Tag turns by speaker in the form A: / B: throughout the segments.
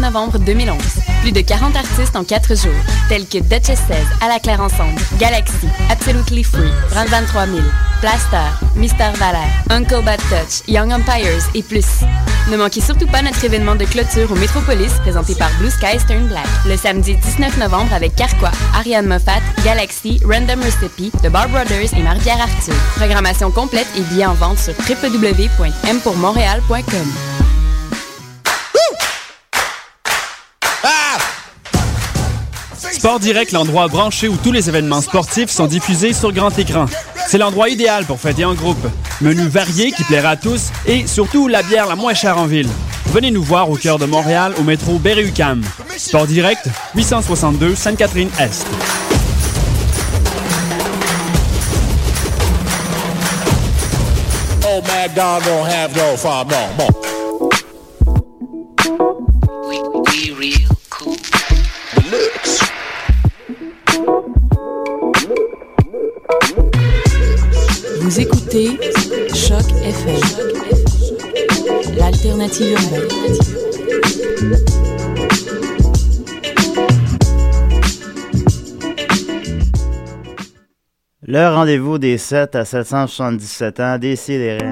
A: novembre 2011. Plus de 40 artistes en 4 jours, tels que Duchess 16, À la Claire Ensemble, Galaxy, Absolutely Free, Brand 3000, Plaster, Mister Valère, Uncle Bad Touch, Young Empires et plus. Ne manquez surtout pas notre événement de clôture au Métropolis présenté par Blue Sky Stern Black le samedi 19 novembre avec Carquois, Ariane Moffat, Galaxy, Random Recipe, The Bar Brothers et Marie-Pierre Arthur. Programmation complète et billets en vente sur www.mpourmontréal.com.
B: Sport Direct, l'endroit branché où tous les événements sportifs sont diffusés sur grand écran. C'est l'endroit idéal pour fêter en groupe. Menu varié qui plaira à tous et surtout la bière la moins chère en ville. Venez nous voir au cœur de Montréal au métro Berry-UQAM. Sport Direct, 862 Sainte-Catherine-Est.
C: Oh my God, don't have no fun. Bon, bon.
D: Vous écoutez Choc FM, l'alternative urbaine.
E: Le rendez-vous des 7 à 777 ans, décidérez.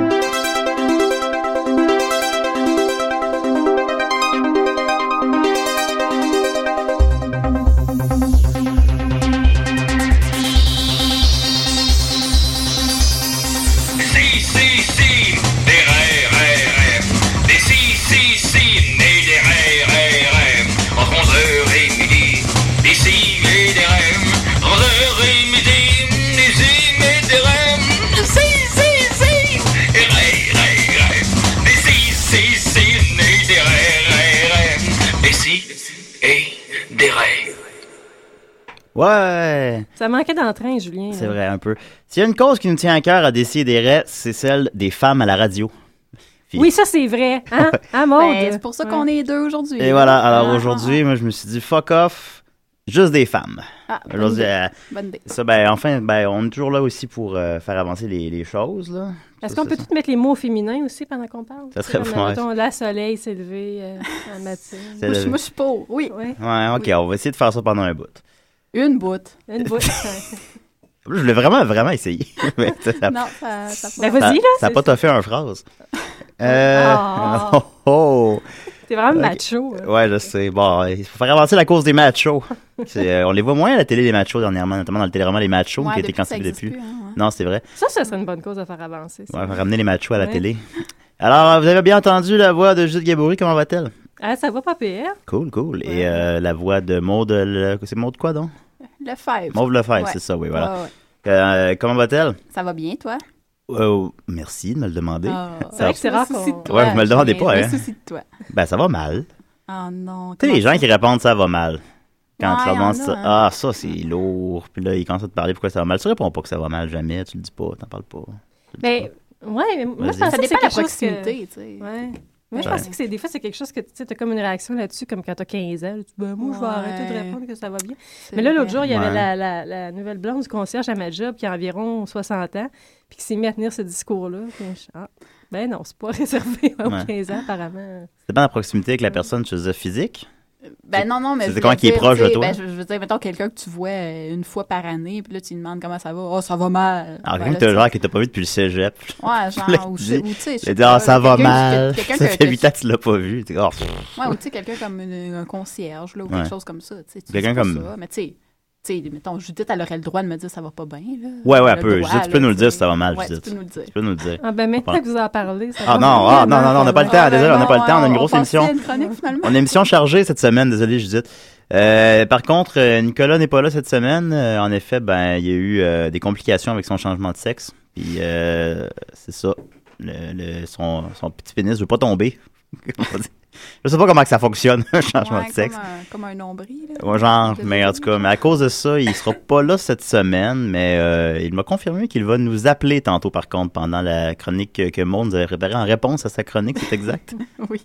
F: Si, si, si, des RRRM. Des si, si, si, nés des RRRM. Entre 11h et midi, des si et des REM. Entre 11h et midi, des si et des REM. Si, si, si, des RRRM. Des si, si, si, nés des RRRM. Des si et des REM.
E: Ouais!
G: Ça manquait d'entrain, Julien.
E: C'est vrai, un peu. S'il y a une cause qui nous tient à cœur à décider, c'est celle des femmes à la radio.
G: Oui, ça, c'est vrai. Hein, hein Maude?
H: Ben, c'est pour ça qu'on est deux aujourd'hui.
E: Et voilà, alors aujourd'hui, moi, je me suis dit, fuck off, juste des femmes.
H: Ah, bonne
E: Aujourd'hui,
H: idée.
E: euh,
H: Bonne idée.
E: ça, ben, enfin, ben, on est toujours là aussi pour euh, faire avancer les, les choses, là.
G: Est-ce
E: Ça,
G: qu'on
E: ça,
G: peut
E: ça.
G: tous mettre les mots féminins aussi pendant qu'on parle?
E: Ça
G: Tu
E: serait
G: sais, comme,
E: bon, ouais.
G: mettons, la soleil s'est levé euh, en matin.
E: C'est
H: Moi, je
E: le-
H: moi, je suis pour. Oui.
G: Ouais,
E: Ouais, ok, on va essayer de faire ça pendant un bout.
H: Une boîte.
G: une bouche.
E: Je voulais vraiment, vraiment essayer. Mais ça n'a
H: Non, ça, ça
G: ben,
H: passe.
G: vas-y, là.
E: ça a
G: c'est-
E: pas toffé un phrase. Euh,
G: Ah.
E: oh, oh.
G: T'es vraiment
E: Ok.
G: macho. hein.
E: Ouais, je sais. Bon, il faut faire avancer la cause des machos. C'est, euh, on les voit moins à la télé, les machos, dernièrement, notamment dans le téléroman Les Machos,
H: Ouais,
E: qui a été
H: depuis, ça
E: cancellé
H: existe
E: depuis.
H: plus, hein, ouais.
E: Non, c'est vrai.
G: Ça, ça serait une bonne cause à faire avancer. ça.
E: Ouais, faut ramener les machos à la
G: Ouais.
E: télé. Alors, vous avez bien entendu la voix de Judith Gaboury, comment va-t-elle?
G: Ah, ça va pas pire.
E: Cool, cool.
G: Ouais.
E: Et euh, la voix de Maud, le- c'est Maud quoi, donc?
H: Le five.
E: Maud Lefebvre,
H: Ouais. Oh.
E: c'est ça, oui, voilà.
H: Ouais, ouais.
E: Euh, comment va-t-elle?
H: Ça va bien, toi?
E: Euh, merci de me le demander.
H: Ah.
E: Ça
G: vrai que c'est
H: Je me
G: rare
H: soucie
G: qu'on-
H: de toi,
E: Ouais, vous me le demandez
H: Julien.
E: pas,
H: Je
E: hein.
H: me soucie de toi.
E: Ben, ça va mal.
H: Ah non.
E: Tu sais, les
H: comment
E: gens qui répondent ça va mal. Quand
H: Ouais,
E: tu leur
H: y en
E: demandes
H: a,
E: ça,
H: hein.
E: ah, ça c'est lourd. Puis là, ils commencent à te parler pourquoi ça va mal. Tu réponds pas que ça va mal jamais, tu le dis pas, t'en parles pas. Tu le dis
G: Ben, ouais, mais moi,
E: Vas-y.
G: je
E: Ça
G: pensais
H: Ça
G: que c'est
H: dépend de la
G: quelque chose que...
H: proximité, tu sais.
G: Ouais. Moi, je
E: Ouais.
G: pensais que c'est des fois, c'est quelque chose que tu sais, t'as comme une réaction là-dessus, comme quand t'as 15 ans. là, Tu, ben, moi, je vais
H: Ouais.
G: arrêter de répondre que ça va bien.
H: C'est
G: Mais là, l'autre jour,
H: vrai.
G: il y avait
E: Ouais.
G: la, la- la nouvelle blonde du concierge à ma job qui a environ 60 ans, puis qui s'est mis à tenir ce discours-là. Puis je- ah, ben non, c'est pas réservé aux
E: Ouais.
G: 15 ans, apparemment.
E: C'est pas la proximité avec la personne, tu faisais physique.
H: Ben non, non, mais.
E: C'est
H: je voulais
E: comment qu'il est
H: dire,
E: proche de
H: tu sais,
E: toi?
H: Ben, je, je veux dire, mettons quelqu'un que tu vois euh, une fois par année, puis là, tu lui demandes comment ça va. Oh, ça va mal.
E: Alors, quelqu'un
H: Ben, là,
E: Ah, que t'as
H: tu-
E: genre que t'as pas vu depuis le cégep.
H: Ouais, genre, ou,
E: dit-
H: je- ou tu sais. je
E: Tu as
H: sais
E: dit, ah,
H: pas,
E: ça va
H: quelqu'un-
E: mal.
H: quelqu'un
E: Ça
H: que-
E: fait 8 ans que tu l'as pas vu. Tu dis, Ah, pff.
H: Ouais, ou tu sais, quelqu'un comme une- un concierge, là, ou
E: Ouais.
H: quelque chose comme ça. tu sais, tu dis
E: Quelqu'un
H: pas
E: comme-
H: ça, mais tu sais, tu sais, mettons, Judith, elle aurait le droit de me dire ça va pas bien, là.
E: Ouais, ouais,
H: Elle a
E: un peu.
H: le droit,
E: Judith, tu
H: là,
E: peux nous le dire
H: sais.
E: si ça va mal,
H: Ouais,
E: Judith.
H: tu peux nous le dire.
E: Tu peux nous le dire.
G: Ah, ben maintenant
E: Ouais.
G: que vous en parlez, ça
E: Ah
G: va
E: non, ah, non,
G: vraiment
E: non, non, on n'a pas le
G: faire
E: temps. Désolé, on n'a
H: Ouais,
E: pas le temps, on a une
H: ouais,
E: grosse
H: pensait
E: émission.
H: à une chronique, finalement.
E: On a une émission chargée cette semaine, désolé Judith. Euh, par contre, euh, Nicolas n'est pas là cette semaine. Euh, en effet, ben il y a eu euh, des complications avec son changement de sexe. Puis euh, c'est ça. Le- le- son, son petit pénis veut pas tomber. Comment on dit? Je sais pas comment que ça fonctionne, un changement
H: Ouais,
E: de sexe.
H: Comme un, comme un nombril, là.
E: Ouais, genre, mais en tout cas, mais à cause de ça, il sera pas là cette semaine, mais euh, il m'a confirmé qu'il va nous appeler tantôt, par contre, pendant la chronique que, que Maud nous avait préparée en réponse à sa chronique, c'est exact.
H: Oui.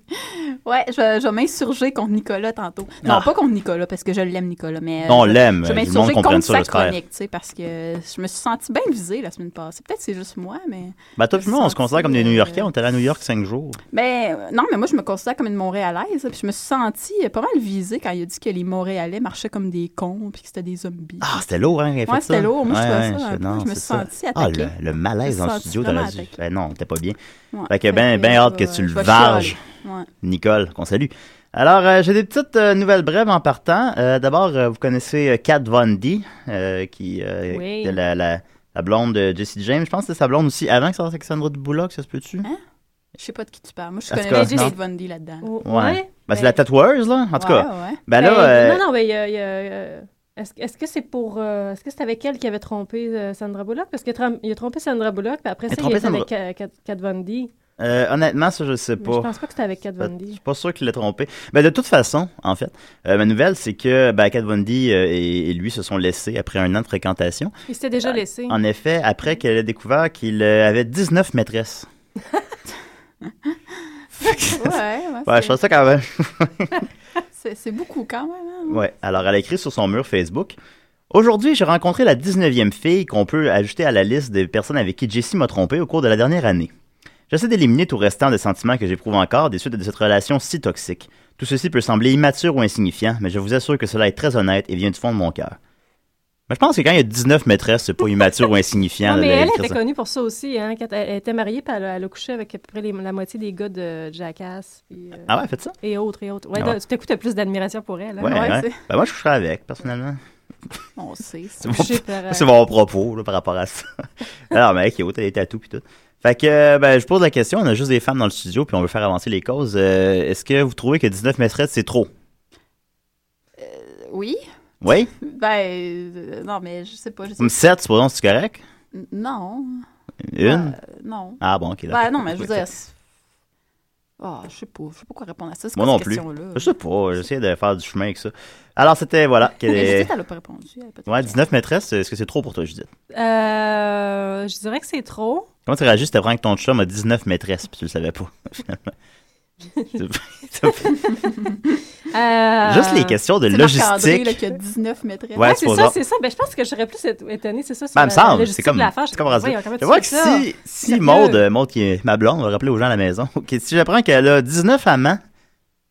H: Ouais, je, je vais m'insurger contre Nicolas tantôt. Non,
E: Ah.
H: pas contre Nicolas, parce que je l'aime, Nicolas, mais.
E: On
H: je-
E: l'aime,
H: Euh,
E: euh,
H: Je vais
E: le monde
H: m'insurger
E: comprenne
H: contre
E: ça,
H: sa
E: j'espère.
H: chronique, tu sais, parce que je me suis sentie bien visée la semaine passée. Peut-être c'est juste moi, mais.
E: Ben, toi, puis moi, on se considère comme des
H: Senti,
E: New-Yorkais.
H: euh,
E: On est allé à New York cinq jours.
H: Ben, euh, non, mais moi, je me considère comme une Montréalaise, puis je me suis sentie euh, pas mal visée quand il a dit que les Montréalais marchaient comme des cons, puis que c'était des zombies.
E: Ah, c'était lourd, hein, quand il a fait
H: Ouais, c'était
E: ça.
H: lourd. Moi, je trouvais ça
E: fais-
H: un peu.
E: non,
H: Je me
E: c'est
H: suis
E: ça.
H: sentie
E: Ah,
H: attaquée.
E: le, le malaise
H: Je me
E: en
H: suis sentie
E: studio dans le
H: vraiment
E: studio.
H: attaquée.
E: Ben non, t'es pas bien.
H: Ouais.
E: Fait que ben, ben
H: euh,
E: hâte que tu le
H: je vais
E: varges.
H: chialer. Ouais.
E: Nicole, qu'on salue. Alors, euh, j'ai des petites euh, nouvelles brèves en partant. Euh, D'abord, euh, vous connaissez euh, Kat Von D, euh, qui euh,
G: Oui.
E: était la, la- la blonde de Jesse James. Je pense que c'était sa blonde aussi avant que ça soit Alexandra de Bullock, ça se peut-tu?
H: Je sais pas de qui tu parles. Moi, je
E: En tout
H: connais
E: cas,
H: juste
E: non.
H: Kate Von D là-dedans.
G: Oh,
E: Ouais. Ben, c'est la tatoueuse, là, en tout cas.
H: Ouais, ouais.
E: Ben là,
G: Ben,
E: euh,
G: Non, non, mais il y a- il y a, euh, Est-ce est-ce que c'est pour. euh, Est-ce que c'est avec elle qui avait trompé euh, Sandra Bullock? Parce qu'il a trom- il a trompé Sandra Bullock, puis après
E: Il a
G: ça, il
E: trompé
G: était
E: Sandra-
G: avec Kat, Kat- Kat Von D.
E: euh, honnêtement, ça, je sais
G: Mais
E: pas.
G: Je pense pas que c'était avec Kat Von
E: Je
G: D.
E: suis pas sûr qu'il l'a trompé. Ben, de toute façon, en fait, euh, ma nouvelle, c'est que ben, Kat Von D euh, et, et lui se sont laissés après un an de fréquentation.
G: Il s'était
E: Euh,
G: déjà laissé.
E: En effet, après qu'elle ait découvert qu'il euh, avait 19 maîtresses.
H: Ouais, ouais,
E: Ouais,
H: c'est-
E: je pense ça quand même.
H: c'est- C'est beaucoup quand même. hein.
E: Ouais. Alors, elle a écrit sur son mur Facebook. Aujourd'hui, j'ai rencontré la 19e fille qu'on peut ajouter à la liste des personnes avec qui Jessie m'a trompé au cours de la dernière année. J'essaie d'éliminer tout restant des sentiments que j'éprouve encore des suites de cette relation si toxique. Tout ceci peut sembler immature ou insignifiant, mais je vous assure que cela est très honnête et vient du fond de mon cœur. Mais je pense que quand il y a 19 maîtresses, c'est pas immature ou insignifiant.
G: Non,
E: de-
G: Oh, mais
E: de-
G: elle
E: d'écrire
G: était
E: ça.
G: connue pour ça aussi. Hein, quand elle, elle était mariée, puis elle, a- elle a couché avec à peu près les- la moitié des gars de Jackass. puis, euh,
E: Ah ouais, faites ça?
G: Et autres, et autres. Ouais,
E: Ah ouais.
G: t'as- Tu t'écoutes plus d'admiration pour elle. hein?
E: Ouais, ouais.
H: c'est-
E: Ben, moi, je coucherais avec, personnellement.
H: On sait. ça.
E: C'est mon-
G: Couché par, euh,
E: C'est mon propos là, par rapport à ça. Alors, mec, il y a autant des tatous puis tout. Fait que, euh, ben, je pose la question, on a juste des femmes dans le studio puis on veut faire avancer les causes. Euh, Est-ce que vous trouvez que 19 maîtresses, c'est trop?
H: Oui.
E: Oui?
H: Ben, euh, non, mais je sais pas. Je sais
E: Comme 7, supposons, c'est correct?
H: N- Non.
E: Une?
H: Euh, non.
E: Ah bon, ok. là.
H: Ben, non, mais je veux dire. c'est- Ah, je sais pas. Je sais pas quoi répondre à ça. C'est
E: Moi
H: quoi
E: non
H: cette
E: plus.
H: question-là?
E: Je sais pas, j'essaie de faire du chemin avec ça. Alors, c'était, voilà. que-
H: Mais Judith, elle a pas répondu. elle a pas
E: Ouais,
H: dit.
E: 19 maîtresses, est-ce que c'est trop pour toi, Judith?
G: euh, je dirais que c'est trop.
E: Comment tu réagis si t'apprends que ton chum a 19 maîtresses puis tu le savais pas, finalement? C'est- c'est-
G: Euh,
E: Juste les questions de
H: C'est Marc-André,
E: logistique.
H: là, qui a 19 maîtresses.
E: Ouais,
G: Ouais, c'est
E: supposons.
G: ça, c'est ça. Ben, je pense que j'aurais plus été étonnée, c'est ça. sur
E: Ben, me
G: la- la
E: semble,
G: logistique
E: c'est comme,
G: de l'affaire.
E: c'est comme rasé.
G: Voyons, comment
E: Je
G: tu
E: vois
G: fais
E: que
G: ça?
E: si, si
G: Sérieux?
E: Maud, euh, Maud qui est ma blonde, va rappeler aux gens à la maison, ok, si j'apprends qu'elle a 19 amants,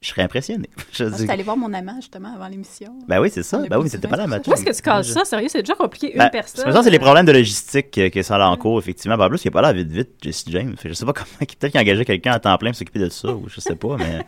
E: je serais impressionné. Je
H: Ah,
E: dis-
H: J'étais allée voir mon amant, justement, avant l'émission.
E: ben oui, c'est ça.
H: On est
E: Ben oui,
H: plus
E: c'était pas là
H: souvent
E: matin.
G: Où est-ce que tu casses ça? Sérieux, c'est déjà compliqué, une
E: Ben,
G: personne. euh,
E: c'est- ça, c'est les problèmes de logistique que, que ça a en cours, effectivement. Ben, En plus, il n'est pas là vite, vite, Jesse James. Fait que je sais pas comment. Peut-être qu'il engageait quelqu'un à temps plein pour s'occuper de ça, ou je sais pas, mais.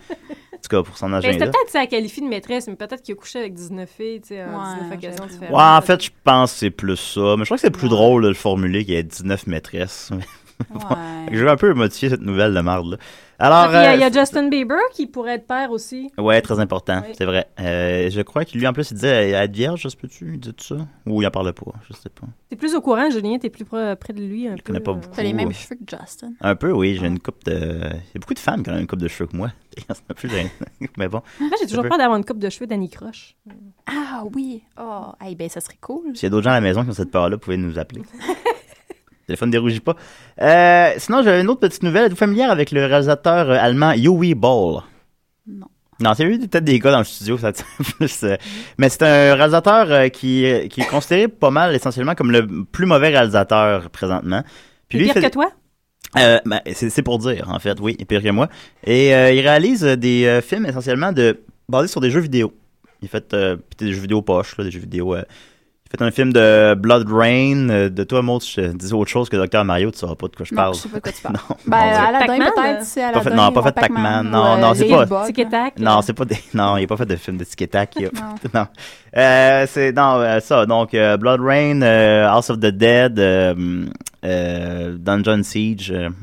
E: En tout cas, pour son
G: Ben, c'était
E: agenda.
G: peut-être ça, qualifie de maîtresse, mais peut-être qu'il a couché avec 19 filles, tu sais, en
H: Ouais,
G: 19 occasions
H: j'avoue.
G: différentes.
E: Ouais, en fait, je pense que c'est plus ça. Mais je crois que c'est plus
H: Ouais.
E: drôle de le formuler qu'il y a 19 maîtresses. Fait que
H: Ah, Ouais.
E: Je vais un peu modifier cette nouvelle de marde, là.
G: Ah,
E: Alors.
G: puis, il y a-
E: euh,
G: il y a Justin Bieber qui pourrait être père aussi.
E: Ouais, très important,
G: Oui.
E: c'est vrai. Euh, je crois qu'il lui, en plus, il disait euh, être vierge, ça se peut-tu Il dit ça Ou il en parlait pas, je sais pas.
G: T'es plus au courant, Julien, t'es plus pro- près de lui. Un
E: Je connais
G: peu,
E: pas
G: euh,
E: beaucoup.
H: T'as les mêmes Ah. cheveux que Justin.
E: Un peu, oui, j'ai une coupe de. Il y a beaucoup de femmes qui ont une coupe de cheveux que moi. C'est un peu gênant. Mais bon,
G: Moi, j'ai toujours
E: peu.
G: peur d'avoir une coupe de cheveux d'Annie Croche.
H: Ah oui! Oh, hey, ben ça serait cool.
E: s'il y a d'autres gens à la maison qui ont cette peur-là, vous pouvez nous appeler. Le téléphone ne dérougit pas. Euh, sinon, j'avais une autre petite nouvelle. Êtes-vous familière avec le réalisateur euh, allemand Yui Ball
H: Non.
E: Non, c'est eu peut-être des gars dans le studio, ça tient plus. euh, Mais c'est un réalisateur euh, qui, euh, qui est considéré pas mal essentiellement comme le plus mauvais réalisateur présentement.
G: Puis
E: lui, il
G: pire
E: fait-
G: que toi?
E: Euh, ben, c'est c'est pour dire, en fait, oui, pire que moi. Et euh, il réalise euh, des euh, films essentiellement de, basés sur des jeux vidéo. Il fait euh, pis des jeux vidéo poche, là, des jeux vidéo. euh, il fait un film de Blood Rain, euh, de toi, Maud, je te dis autre chose que Docteur Mario, tu sauras pas de quoi je
H: Non,
E: parle.
H: je sais pas de quoi tu parles.
E: Non,
H: Ben,
E: mon Dieu.
H: Aladdin,
G: Pac-Man, là?
H: peut-être, c'est
E: Pas
H: Aladdin.
E: fait- non, pas
H: ouais,
E: fait Pac-Man,
H: ou,
E: non,
H: euh,
E: non, c'est
H: les
E: pas-
H: Bugs.
G: Tic et tac.
E: Non, c'est pas des. Non, il n'y a pas fait de film de tic et tac. il y a-
H: Non.
E: non. Euh, c'est non euh, ça. Donc euh, Blood Rain, euh, House of the Dead, euh, euh, Dungeon Siege. euh,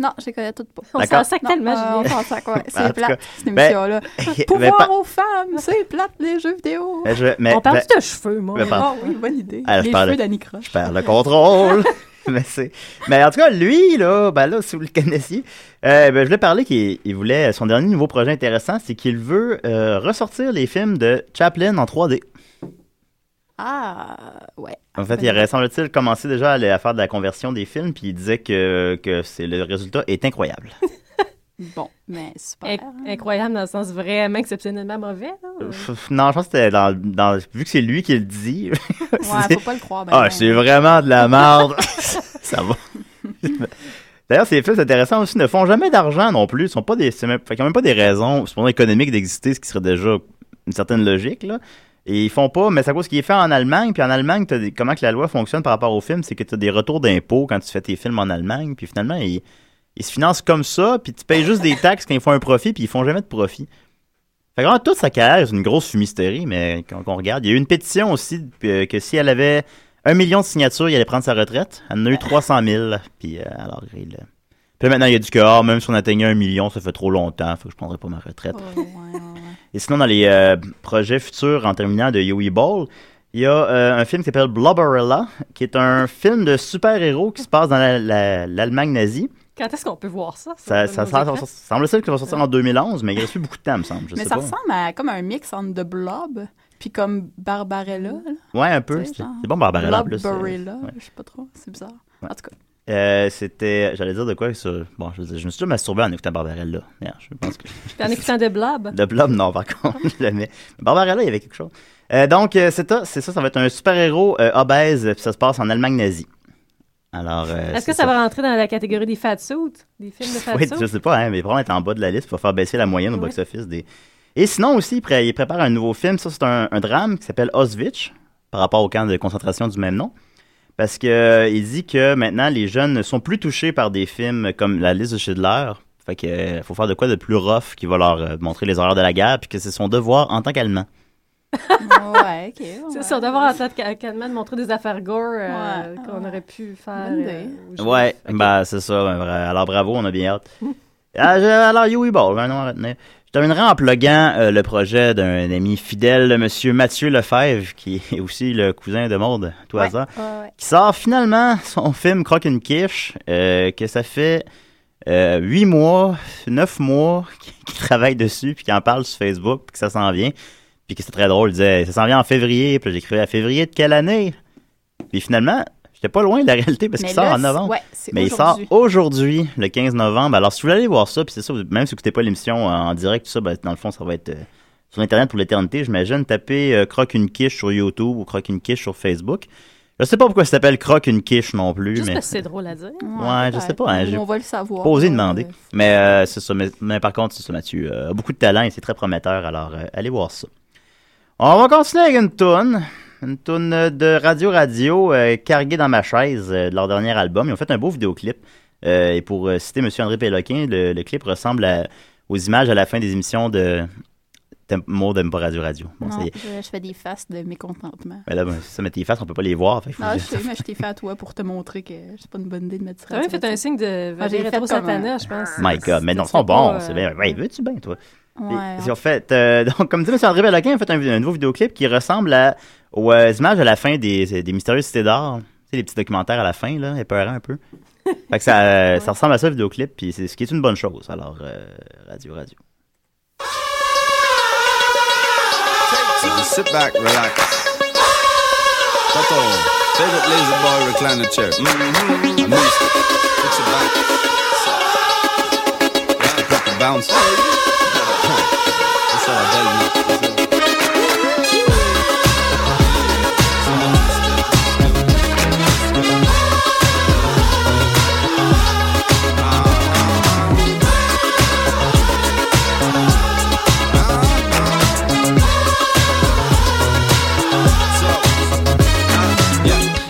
H: Non, je les connais toutes pas.
G: On s'en
E: D'accord.
G: sac
H: Non,
G: tellement,
H: euh,
G: Julien.
H: on s'en sac, ouais.
E: En
H: C'est
E: tout
H: plate,
E: cas,
H: cette
E: ben,
H: émission-là.
E: mais
H: Pouvoir
E: pas-
H: aux femmes, c'est plate, les jeux vidéo.
E: mais je- mais-
G: On parle
E: eh, mais-
G: juste de cheveux, moi.
E: mais par-
H: Ah oui, bonne idée.
E: Ah, je
H: les
E: parle-
H: cheveux d'Annie Croche.
E: perds le contrôle. mais c'est. Mais en tout cas, lui, là, ben là, si vous le connaissiez, euh, ben, je voulais parler qu'il il voulait. Son dernier nouveau projet intéressant, c'est qu'il veut euh, ressortir les films de Chaplin en 3D.
H: Ah, ouais.
E: En fait, il aurait, semble-t-il, commencé déjà à, aller- à faire de la conversion des films, puis il disait que, que c'est, le résultat est incroyable.
H: Bon, mais super.
G: Inc- Eh, Incroyable dans le sens vraiment exceptionnellement mauvais. là.
E: Pff, non, je pense que c'était dans, dans- Vu que c'est lui qui le dit.
H: Ouais, faut pas le croire. ben
E: ah,
H: non.
E: c'est vraiment de la merde. ça va. D'ailleurs, ces films, c'est intéressant aussi, ne font jamais d'argent non plus. Ils sont pas des, c'est même, fait qu'ils ont même pas des raisons, cependant, économiques d'exister, ce qui serait déjà une certaine logique, là. Et ils font pas, mais c'est à cause qu'il est fait en Allemagne. Puis en Allemagne, t'as des- comment que la loi fonctionne par rapport aux films, c'est que tu as des retours d'impôts quand tu fais tes films en Allemagne. Puis finalement, ils, ils se financent comme ça, puis tu payes juste des taxes quand ils font un profit, puis ils font jamais de profit. Fait que vraiment, toute sa carrière, c'est une grosse fumisterie, mais quand on regarde, il y a eu une pétition aussi euh, que si elle avait un million de signatures, il allait prendre sa retraite. Elle en a eu 300 000. Puis euh, alors, il... euh, Puis maintenant, il a dit que ah, même si on atteignait un million, ça fait trop longtemps, faut que je prendrais pas ma retraite.
H: Ouais, ouais, ouais.
E: Et sinon, dans les euh, projets futurs, en terminant de Yui Ball, il y a euh, un film qui s'appelle Blubberella, qui est un film de super-héros qui se passe dans la- la- l'Allemagne nazie.
G: Quand est-ce qu'on peut voir ça?
E: Ça,
G: sur
E: ça,
G: nos
E: ça-
G: écrans?
E: ça- ça semble ça qu'il va sortir en 2011, mais il reste plus beaucoup de temps, il me semble. Je
H: Mais
E: sais
H: ça
E: pas.
H: ressemble à comme un mix entre The Blob puis comme Barbarella. là.
E: Ouais, un peu.
H: Tu sais,
E: C'est
H: genre-
E: c'est bon, Barbarella. en plus. euh,
H: Blobberella,
E: Ouais.
H: je sais pas trop, c'est bizarre.
E: Ouais.
H: En tout cas,
E: Euh, C'était. J'allais dire de quoi sur. Bon, je, veux dire, je me suis toujours masturbé en écoutant Barbarella. Merde, je pense que.
G: Puis En écoutant de Blob.
E: Le blob, non, par contre, jamais. Barbarella, il y avait quelque chose. Euh, donc, euh, c'est ça, c'est ça, ça va être un super-héros euh, obèse, puis ça se passe en Allemagne nazie. Alors. euh,
G: Est-ce
E: c'est
G: que ça va rentrer dans la catégorie des fatsuits? Des films de
E: Oui,
G: fatsuits?
E: je sais pas, hein, mais probablement être en bas de la liste pour faire baisser la moyenne au
G: Ouais.
E: box-office des. Et sinon aussi, il, pré- il prépare un nouveau film. Ça, c'est un, un drame qui s'appelle Auschwitz, par rapport au camp de concentration du même nom. Parce que euh, il dit que maintenant, les jeunes ne sont plus touchés par des films comme La liste de Schindler. Fait que euh, faut faire de quoi de plus rough qui va leur euh, montrer les horreurs de la guerre, puis que c'est son devoir en tant qu'Allemand.
H: ouais, ok.
G: C'est
H: ouais.
G: ça, on doit avoir en tête qu'à- qu'Anne-Man de montrer des affaires gore euh,
H: Ouais.
G: qu'on aurait pu faire. euh,
H: Bonne idée.
G: aux Juifs.
E: Ouais,
G: Ok.
E: bah c'est ça. ben, bra- Alors bravo, on a bien hâte. Ah, je- alors, Yui Ball, un nom à retenir. Je terminerai en pluguant euh, le projet d'un ami fidèle, Monsieur Mathieu Lefebvre, qui est aussi le cousin de Maude, tout hasard, qui sort finalement son film Croque une quiche, euh, que ça fait euh, huit mois, neuf mois qu'il qu'il travaille dessus, puis qu'il en parle sur Facebook, puis que ça s'en vient, puis que c'est très drôle. Il disait, ça s'en vient en février, puis j'écrivais à février de quelle année? Puis finalement, j'étais pas loin de la réalité, parce
H: Mais
E: qu'il sort
H: là,
E: en novembre.
H: c'est- Ouais, c'est
E: Mais il sort
H: aujourd'hui.
E: aujourd'hui, le 15 novembre. Alors, si vous voulez aller voir ça, puis c'est ça, vous- même si vous n'écoutez pas l'émission euh, en direct, tout ça, ben, dans le fond, ça va être euh, sur Internet pour l'éternité. J'imagine, tapez euh, Croque une quiche sur YouTube ou Croque une quiche sur Facebook. Je sais pas pourquoi ça s'appelle Croque une quiche non plus,
G: Juste
E: mais
G: parce que c'est drôle à dire.
E: Ouais, je sais pas, hein,
H: peut-être.
E: j'ai
H: on va le savoir.
E: pas osé
H: là,
E: demander.
H: euh,
E: Mais euh, c'est ça. Mais, mais par contre, c'est ça, Mathieu. euh, a beaucoup de talent et c'est très prometteur, alors euh, allez voir ça. On va continuer avec une toune. Une toune euh, de Radio Radio euh, carguée dans ma chaise euh, de leur dernier album. Ils ont fait un beau vidéoclip. Euh, et pour euh, citer M. André Péloquin, le, le clip ressemble à- aux images à la fin des émissions de Tem- Maud aime pas Radio Radio. Bon, ça
H: non,
E: y est.
H: je, je fais des faces de mécontentement.
E: Mais là, ben, si ça met tes faces, on peut pas les voir. Fait, que faut
H: Non,
E: que
H: Ah, je
E: Ah, je-
H: sais, mais je t'ai fait à toi pour te montrer que c'est pas une bonne idée de mettre ça.
G: T'as même fait un signe de
H: Ah, j'ai
G: Valérie
H: fait
G: rétro
H: comme
G: Satana,
H: un-
G: je pense.
E: My God, mais non, ils
G: C'était
E: sont bons.
G: pas,
E: c'est
G: euh,
E: bien. Ouais, veux-tu bien, toi?
H: Ouais,
E: Puis,
H: ouais.
E: ils ont fait, euh, donc, comme dit M. André Belloquin, il a fait un, un nouveau vidéoclip qui ressemble à, aux euh, images à la fin des, des Mystérieuses Cités d'Or. Tu sais, les petits documentaires à la fin, là, épeurants un peu. Fait que ça, euh, ça ressemble à ça, le vidéoclip, puis c'est ce qui est une bonne chose. Alors, euh, radio, radio.
I: So just sit back, relax. That's all. Favorite laser boy recliner chair. Mm-hmm. I'm used to it. Put your back. That's the proper bounce. That's how I bend it.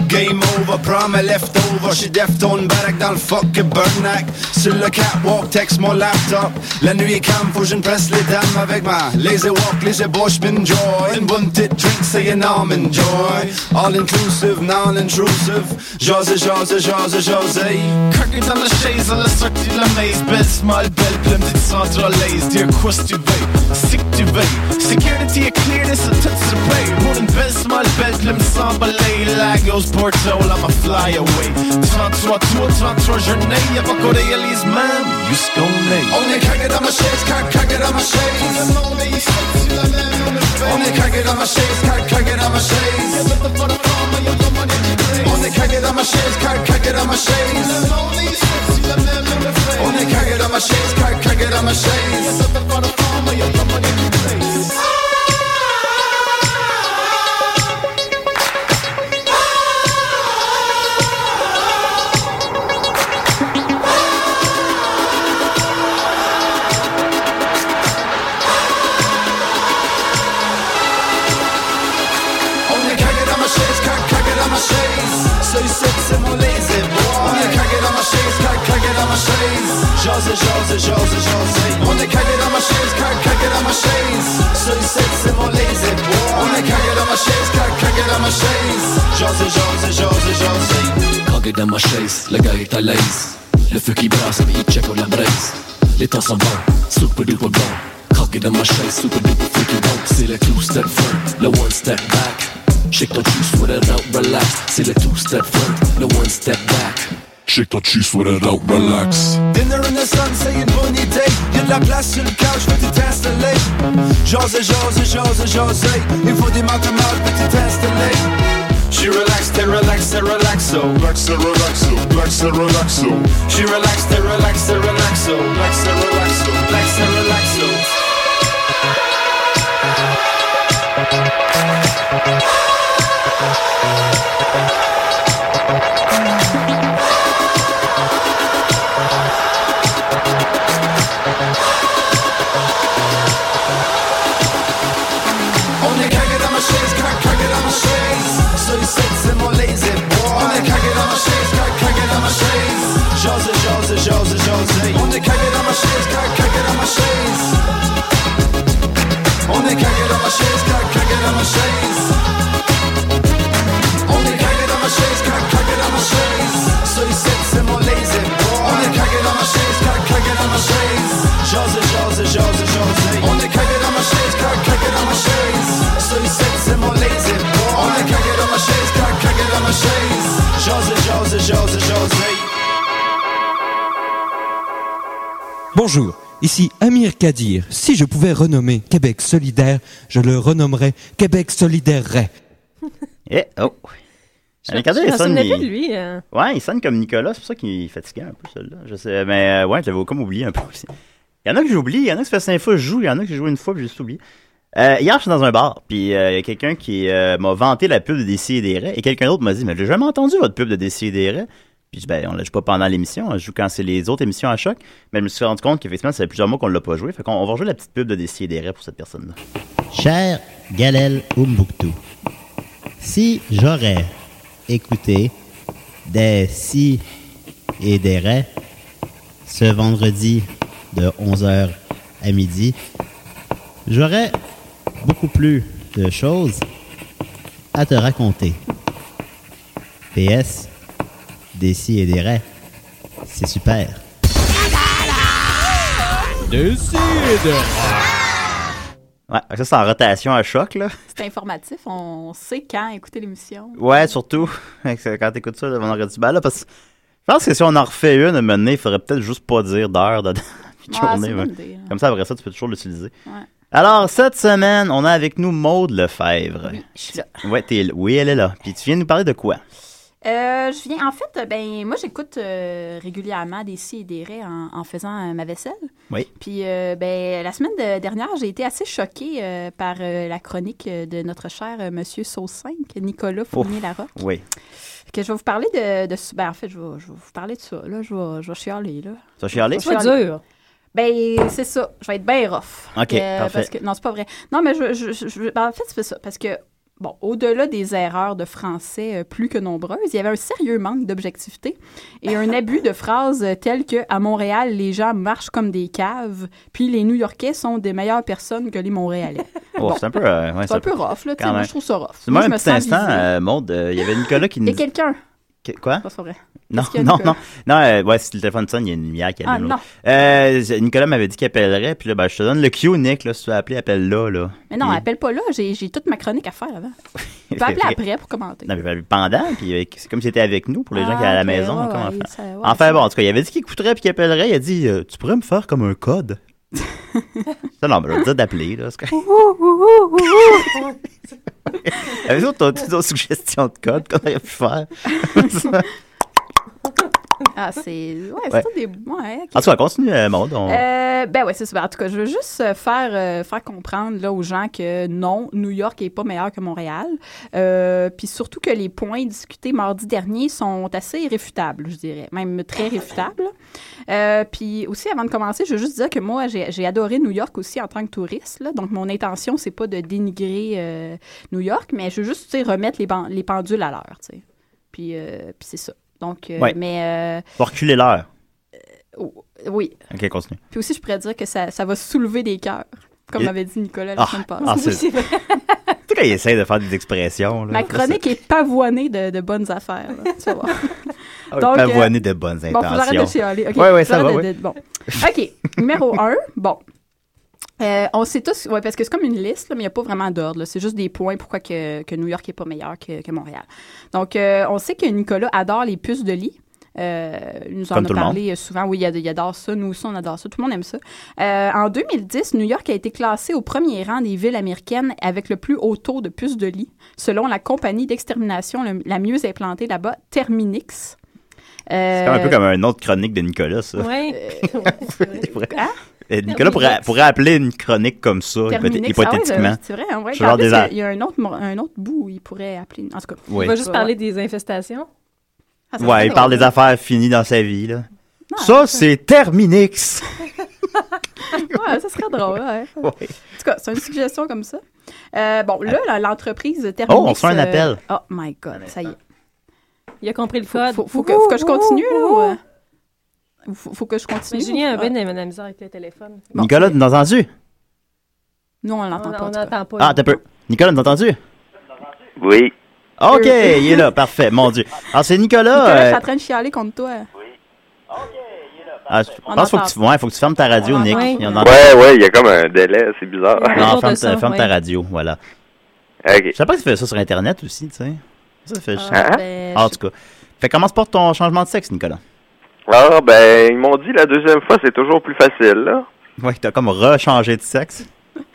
I: Game over, prime I left over. She deft on barak dans le fucking burnack. Sur le catwalk, texte mon laptop. La nuit est calme, faut que je ne presse les dames avec ma er lazy walk, lazy boche m'enjoy. Une bonne petite drink, c'est énorme, enjoy. All inclusive, non intrusive. Jase, jase, jase, jase. Kirk dans la chaise, à la sortie de la maze. Belle small, belle plume, dit er centralise. Dire quoi si tu veux, si que tu veux. Security et clearness, a tout surveille. Pour une belle small, belle plume, s'emballer. Lagos, Porto, là, ma fly away. 33 tours, 33 journées, y'a pas qu'on réalise même jusqu'on est. On est craqué dans ma chaise, craque, craqué dans ma chaise. On est craqué dans ma chaise, craque, craqué dans ma chaise. On est craqué dans ma chaise, craque, craqué dans ma chaise. On est craqué dans ma chaise, craque, craqué dans ma chaise. ma chaise, clac, claquer dans ma chaise. Ça ici, c'est mon lazy boy. On est claqué dans ma chaise, clac, claquer dans ma chaise. J'ose, j'ose, j'ose, j'ose. On est claqué dans ma chaise, clac, claquer dans ma chaise. Ça ici, c'est mon lazy boy. On est claqué dans ma chaise, clac, claquer dans ma chaise. J'ose, j'ose, j'ose, j'ose.
J: Cragué dans ma chaise, le gars est à l'aise. Le feu qui brasse, il check la braise. Les temps s'en vont, super duper bon. Cragué dans ma chaise, super duper freaky bon. C'est le two step front, le one step back. Shake ton juice with it out, relax. C'est le two step front, le one step back.
K: Shake ton cheese with it out, relax.
I: Dinner in the sun, saying bonnie day. Y'a de la place sur le couch, petit installé. J'ose, j'ose, j'ose, j'ose. Il faut des maths petit installé. She relaxed, they relaxed, they relaxo.
K: Relaxo, relaxo, relaxo, relaxo.
I: She relaxed, they relaxed, they relaxo. Relaxo, relaxo, relaxo, relaxo. On est craqué dans ma chaise, crac, craqué dans ma chaise. Soy sexe, c'est mon lazy boy. On est craqué dans ma chaise, crac, craqué dans ma chaise. J'ose, j'ose, j'ose, j'ose. On est craqué dans ma chaise, crac, craqué dans ma chaise. On est craqué dans ma chaise, crac, craqué dans ma chaise. On est craqué dans ma chaise, crac, craqué dans ma chaise. Soy sexe, c'est mon lazy boy. On est craqué dans ma chaise, crac, craqué dans ma chaise. J'ose, j'ose, j'ose, j'ose. On est craqué dans ma chaise, crac, craqué dans ma chaise. Soy sexe, c'est mon lazy boy. On est craqué dans ma chaise, crac, craqué dans ma chaise. J'ose, j'ose, j'ose, j'ose.
L: Bonjour, ici Amir Kadir. Si je pouvais renommer Québec solidaire, je le renommerais Québec solidaire.
E: Eh, oh.
G: Je
E: Allez, regardez,
G: je
E: il
G: m'en
E: sonne,
G: souvenais
E: il-
G: plus de lui. euh.
E: Ouais, il sonne comme Nicolas, c'est pour ça qu'il est fatigué un peu, celui-là. Je sais, mais euh, ouais, je l'avais comme oublié un peu aussi. Il y en a que j'oublie, il y en a que ça fait cinq fois que je joue, il y en a que j'ai joué une fois puis j'ai juste oublié. Euh, hier, je suis dans un bar, puis euh, il y a quelqu'un qui euh, m'a vanté la pub de Décideret, et quelqu'un d'autre m'a dit, mais j'ai jamais entendu votre pub de Décideret. Puis je dis, ben, on la joue pas pendant l'émission, on la joue quand c'est les autres émissions à choc. Mais je me suis rendu compte qu'effectivement, ça fait plusieurs mois qu'on l'a pas joué. Fait qu'on on va rejouer la petite pub de Décideret pour cette personne-là.
M: Cher Galel Umbuktu, si j'aurais écouté des si et des ré ce vendredi de 11h à midi, j'aurais beaucoup plus de choses à te raconter. PS, des si et des ré, c'est super.
E: Ouais, fait que ça, c'est en rotation à choc, là.
H: C'est informatif, on sait quand écouter l'émission.
E: Ouais, surtout. Fait que Quand t'écoutes ça, on aurait du mal, là, parce que je pense que si on en refait une, à un moment donné, il faudrait peut-être juste pas dire d'heure dedans. puis de
H: Ouais,
E: journée,
H: c'est une
E: ouais.
H: bonne idée, là.
E: Comme ça, après ça, tu peux toujours l'utiliser.
H: Ouais.
E: Alors, cette semaine, on a avec nous Maude Lefebvre.
H: Oui, je suis là.
E: Ouais, t'es là. Oui, elle est là. Puis tu viens nous parler de quoi?
H: Euh, je viens, en fait, euh, ben, moi, j'écoute euh, régulièrement des si et des raies en, en faisant euh, ma vaisselle.
E: Oui.
H: Puis, euh, ben, la semaine de- dernière, j'ai été assez choquée euh, par euh, la chronique euh, de notre cher euh, monsieur Sauce 5, Nicolas Fournier-Larocque.
E: Oui.
H: Que je vais vous parler de, de ce- ben, en fait, je vais, je vais vous parler de ça. Là, je vais, je vais chialer, là.
E: Ça, je suis allé?
H: Je vais chialer. Ben, c'est ça. Je vais être bien rough. Euh,
E: OK, parfait.
H: parce que- non, c'est pas vrai. Non, mais je, je- je- je- ben, en fait, c'est ça. Parce que, bon, au-delà des erreurs de français euh, plus que nombreuses, il y avait un sérieux manque d'objectivité et un abus de phrases euh, telles que « À Montréal, les gens marchent comme des caves, puis les New-Yorkais sont des meilleures personnes que les Montréalais. »
E: Oh,
H: Bon.
E: c'est un peu. euh, ouais,
H: C'est un peu rough,
E: quand
H: là. tu sais, Moi,
E: même.
H: je trouve ça rough.
E: Moi, un
H: je me
E: petit
H: sens
E: instant,
H: visée.
E: euh, Maude, euh, il y avait Nicolas qui
H: Il
E: nous
H: y a quelqu'un.
E: Que- Quoi?
H: Non, c'est pas vrai.
E: Non,
H: Qu'est-ce qu'il y a,
E: non, non.
H: Nicolas?
E: Non, euh, ouais, si le téléphone sonne, il y a une lumière qui
H: Ah,
E: allume. là.
H: non.
E: Euh, c'est- Nicolas m'avait dit qu'il appellerait, puis là, ben, je te donne le Q, Nick, là, si tu veux appeler, appelle là, là.
H: Mais non,
E: Il-
H: appelle pas là. J'ai j'ai toute ma chronique à faire avant. Tu peux appeler après pour commenter.
E: Non, mais ben, pendant, puis euh, c'est comme si c'était avec nous, pour les gens qui étaient à la
H: Ah, ok,
E: maison.
H: ouais,
E: comment
H: ouais,
E: faire?
H: ça- ouais,
E: enfin,
H: ça-
E: bon, en tout cas, il avait dit qu'il écouterait puis qu'il appellerait. Il a dit euh, Tu pourrais me faire comme un code Ça, non, mais je vais te dire d'appeler, là. c'est correct. Avec ça, t'as-tu d'autres suggestions de code qu'on aurait pu faire
H: Ah, c'est. Ouais,
E: Ouais.
H: c'est tout des. Ouais, ok.
E: En tout cas, continue, euh, Maud. on-
H: Euh, ben ouais, c'est super. En tout cas, je veux juste euh, faire, euh, faire comprendre là, aux gens que non, New York n'est pas meilleur que Montréal. Euh, Puis surtout que les points discutés mardi dernier sont assez irréfutables, je dirais, même très réfutables. Euh, Puis aussi, avant de commencer, je veux juste dire que moi, j'ai j'ai adoré New York aussi en tant que touriste. là. donc, mon intention, c'est pas de dénigrer euh, New York, mais je veux juste tu sais, remettre les, ban- les pendules à l'heure. tu sais. Puis euh, puis c'est ça. Donc, euh,
E: Ouais.
H: mais
E: Faut reculer l'heure.
H: euh, oh, oui.
E: Ok, continue.
H: Puis aussi, je pourrais dire que ça, ça va soulever des cœurs, comme
E: Et-
H: m'avait dit Nicolas la
E: Ah,
H: semaine passée.
E: ah, c'est- Tu sais, quand il essaie de faire des expressions. Là,
H: Ma
E: là,
H: chronique est pavoinée de, de bonnes affaires. là, tu vas voir.
E: Ah oui, pavoinée de bonnes
H: euh, Bon, faut que j'arrête de
E: intentions.
H: chialer. ok.
E: Ouais, ouais, ça
H: J'arrête
E: va,
H: de-
E: ouais.
H: de- bon. OK, numéro un. Bon. Euh, on sait tous, ouais, parce que c'est comme une liste, là, mais il n'y a pas vraiment d'ordre. là. C'est juste des points pourquoi que, que New York n'est pas meilleur que, que Montréal. Donc, euh, on sait que Nicolas adore les puces de lit. Euh, il nous en
E: Comme tout
H: a
E: le monde.
H: parlé euh, souvent. Oui, il ad- il adore ça. Nous aussi, on adore ça. Tout le monde aime ça. Euh, en 2010, New York a été classée au premier rang des villes américaines avec le plus haut taux de puces de lit, selon la compagnie d'extermination le- la mieux implantée là-bas, Euh, Terminix.
E: C'est comme un peu comme un autre chronique de Nicolas, ça. Il pourrait-
H: Hein?
E: Euh, Nicolas pourrait,
H: Terminix.
E: pourrait appeler une chronique comme ça, hypothé-
H: Terminix. Ah ouais,
E: hypothétiquement.
H: c'est- c'est vrai, hein, ouais.
E: Je
H: Puis en
E: leur
H: plus,
E: des-
H: il y a- il y a un autre, mo- un autre bout où il pourrait appeler. En tout cas, ah,
E: ah ben Oui. Il va juste
G: parler des infestations.
E: ouais, il parle des affaires finies dans sa vie, là. ça, c'est Terminix!
H: ouais, ça serait drôle. ouais. En tout cas, c'est une suggestion comme ça. Euh, bon, là, la- l'entreprise Terminix.
E: on reçoit un
H: euh,
E: appel.
H: Oh my God, ça y est.
G: Il a compris le code.
H: Faut, faut que, faut que je continue, là. ou, euh, Faut, faut que je
G: Mais
H: continue.
G: Julien ben,
H: Ah.
G: Aubin avait de la misère avec le téléphone.
E: Nicolas, nous entendu?
H: Nous, on
G: On
H: l'entend pas. en tout cas.
G: n'entend pas.
E: Ah, t'as peu. Nicolas, nous entendu?
N: Oui.
E: OK,
H: Euh.
E: il est là, parfait, mon Dieu. Alors, c'est Nicolas.
H: Nicolas, je suis
E: euh,
H: en train de chialer contre toi.
E: ah, je
H: On
E: pense qu'il faut, que tu- ouais, faut que tu fermes ta radio,
H: On
E: Nick.
H: entend.
E: Il en entend-
N: Ouais, ouais, il y a comme un délai, c'est bizarre.
E: Non, ferme, ta- ferme ta radio, voilà. Je sais pas si tu fais ça sur Internet aussi, tu sais. Ça fait chier.
N: Ah,
H: ben,
E: hein? en tout cas. Fait comment se porte ton changement de sexe, Nicolas?
N: Ah, ben, ils m'ont dit la deuxième fois, c'est toujours plus facile, là.
E: Ouais, t'as comme rechangé de sexe.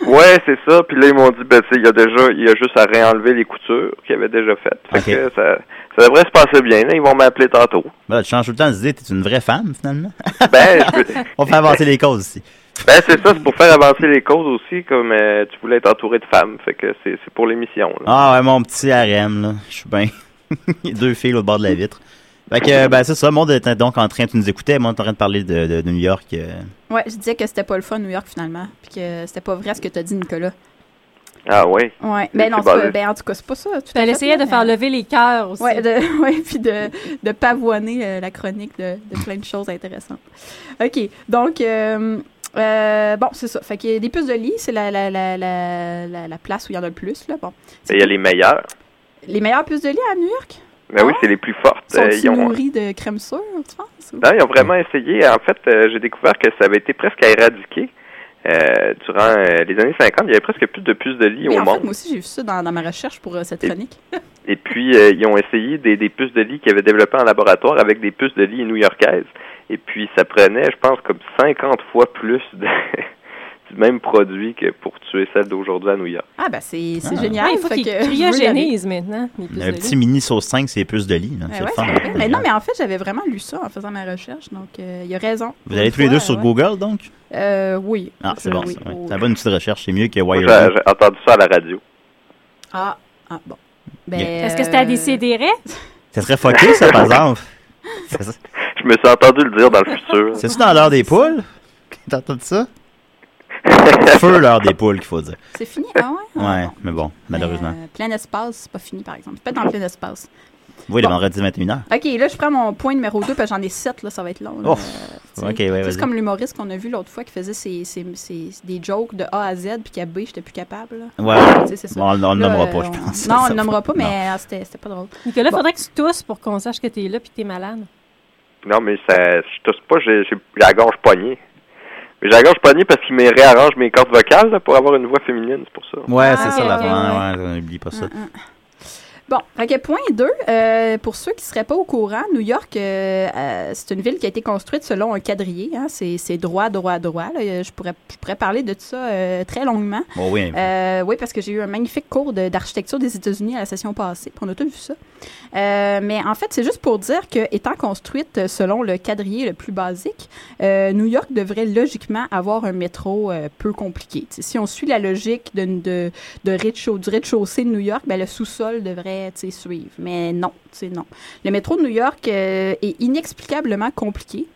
N: Ouais, c'est ça. Puis là, ils m'ont dit, ben, tu sais, il y a déjà, il y a juste à réenlever les coutures qu'il avait déjà faites. Fait que ça, ça devrait se passer bien, là. Ils vont m'appeler tantôt.
E: Voilà, tu changes tout le temps d'idée, t'es une vraie femme, finalement.
N: Ben, je peux-
E: On fait avancer les causes ici.
N: ben, c'est ça, c'est pour faire avancer les causes aussi, comme euh, tu voulais être entouré de femmes. Fait que c'est c'est pour l'émission, là.
E: Ah ouais, mon petit harem, là. Je suis bien. Deux filles au bord de la vitre. Fait que, euh, ben, c'est ça. Monde était donc en train, tu nous écoutais, moi, on est en train de parler de, de- de New York. euh.
H: Ouais, je disais que c'était pas le fun, New York, finalement. Puis que c'était pas vrai ce que t'as dit, Nicolas.
N: Ah, ouais.
H: Ouais, mais non,
N: c'est
H: c'est pas-
N: basé-
H: ben, en tout cas, c'est pas ça. tout à
G: Elle
H: fait,
G: essayait
H: là,
G: de faire
H: mais-
G: lever les cœurs aussi.
H: Ouais, de, ouais, puis de, de pavoiner euh, la chronique de, de plein de choses intéressantes. OK, donc, euh, euh, bon, c'est ça. Fait que les puces de lit, c'est la, la, la, la, la, la place où il y en a le plus, là. Bon.
N: Ben, il y a les meilleurs.
H: Les meilleures puces de lit à New York
N: Ben oui, c'est les plus fortes.
H: sont
N: Euh,
H: aussi
N: ils ont-
H: nourries de crème sûre, tu penses? ou-
N: Non, ils ont vraiment essayé. En fait, euh, j'ai découvert que ça avait été presque éradiqué. Euh, durant euh, les années 50, il y avait presque plus de puces de lit
H: Oui,
N: au
H: en fait,
N: monde.
H: moi aussi, j'ai vu ça dans, dans ma recherche pour euh, cette chronique.
N: Et puis, euh, ils ont essayé des, des puces de lit qu'ils avaient développées en laboratoire avec des puces de lit new-yorkaises. Et puis, ça prenait, je pense, comme 50 fois plus de- du même produit que pour tuer celle d'aujourd'hui à New York.
H: Ah, ben, c'est c'est
G: Ah.
H: génial.
G: Ouais, il faut
H: fait
G: qu'ils
H: que je veux y
G: cryogénisent maintenant, les puces
E: Un petit mini sauce 5, c'est plus de lit. là.
H: Ben
E: C'est
H: ouais,
E: le fun. hein.
H: ça fait. mais non, mais en fait, j'avais vraiment lu ça en faisant ma recherche, donc euh, il y a raison.
E: Vous allez tous les deux sur Google, donc?
H: Euh, oui.
E: Ah, c'est
H: Je-
E: bon.
H: oui.
E: Ça, ouais. C'est la bonne petite recherche, c'est mieux que Wire.
N: Moi,
H: ben,
N: j'ai- j'ai entendu ça à la radio.
H: Ah, ah, bon. Ben,
E: Bien.
G: Est-ce que c'était à décider?
E: Ça serait fucké, ça, par exemple. Je
N: me suis entendu le dire dans le futur.
E: C'est-tu dans l'heure des poules? T'as entendu ça? Feu l'heure des poules, qu'il faut dire.
H: C'est fini? Ah ouais?
E: Ouais, mais bon, malheureusement.
H: Euh, plein espace, c'est pas fini, par exemple. C'est pas dans plein espace.
E: Oui, le vendredi 21h.
H: OK, là, je prends mon point numéro 2, parce que j'en ai 7, là, ça va être long. là. Euh,
E: Ouf.
H: tu sais.
E: Ok, ouais,
H: C'est
E: vas-y.
H: comme l'humoriste qu'on a vu l'autre fois qui faisait ses, ses- ses- des jokes de A à Z, puis qu'à B, j'étais plus capable. là.
E: Ouais.
H: Tu sais, c'est ça.
E: Bon, on- on le
H: Là,
E: nommera
H: euh,
E: pas, je pense.
H: Non, on
E: Ça
H: le
E: va-
H: nommera pas,
E: non.
H: mais ah, c'était c'était pas drôle.
G: Nicolas,
H: Bon.
G: faudrait que tu tousses pour qu'on sache que t'es là puis que t'es malade.
N: Non, mais ça, je tousse pas, j'ai j'ai la gorge poignée. Mais j'ai la gorge poignée parce qu'ils me réarrangent mes
H: Ah,
N: cordes vocales là, pour avoir une voix féminine, c'est pour ça.
E: Ouais, c'est ça
H: ok,
E: la
H: ok, mm.
E: fin. Ouais, ouais, n'oublie pas ça.
H: Bon, fait que point 2, euh, pour ceux qui ne seraient pas au courant, New York, euh, euh, c'est une ville qui a été construite selon un quadrillé. hein. c'est, c'est droit, droit, droit. là. Euh, Je, pourrais, je pourrais parler de ça euh, très longuement.
E: Bon, oui,
H: Euh, oui, parce que j'ai eu un magnifique cours de- d'architecture des États-Unis à la session passée, puis on a tous vu ça. Euh, mais en fait, c'est juste pour dire que, étant construite selon le quadrillé le plus basique, euh, New York devrait logiquement avoir un métro euh, peu compliqué. Tu sais, si on suit la logique de, de, de rez-de-chau- du rez-de-chaussée de New York, ben, le sous-sol devrait tu sais, suivre. Mais non, tu sais, non. Le métro de New York euh, est inexplicablement compliqué.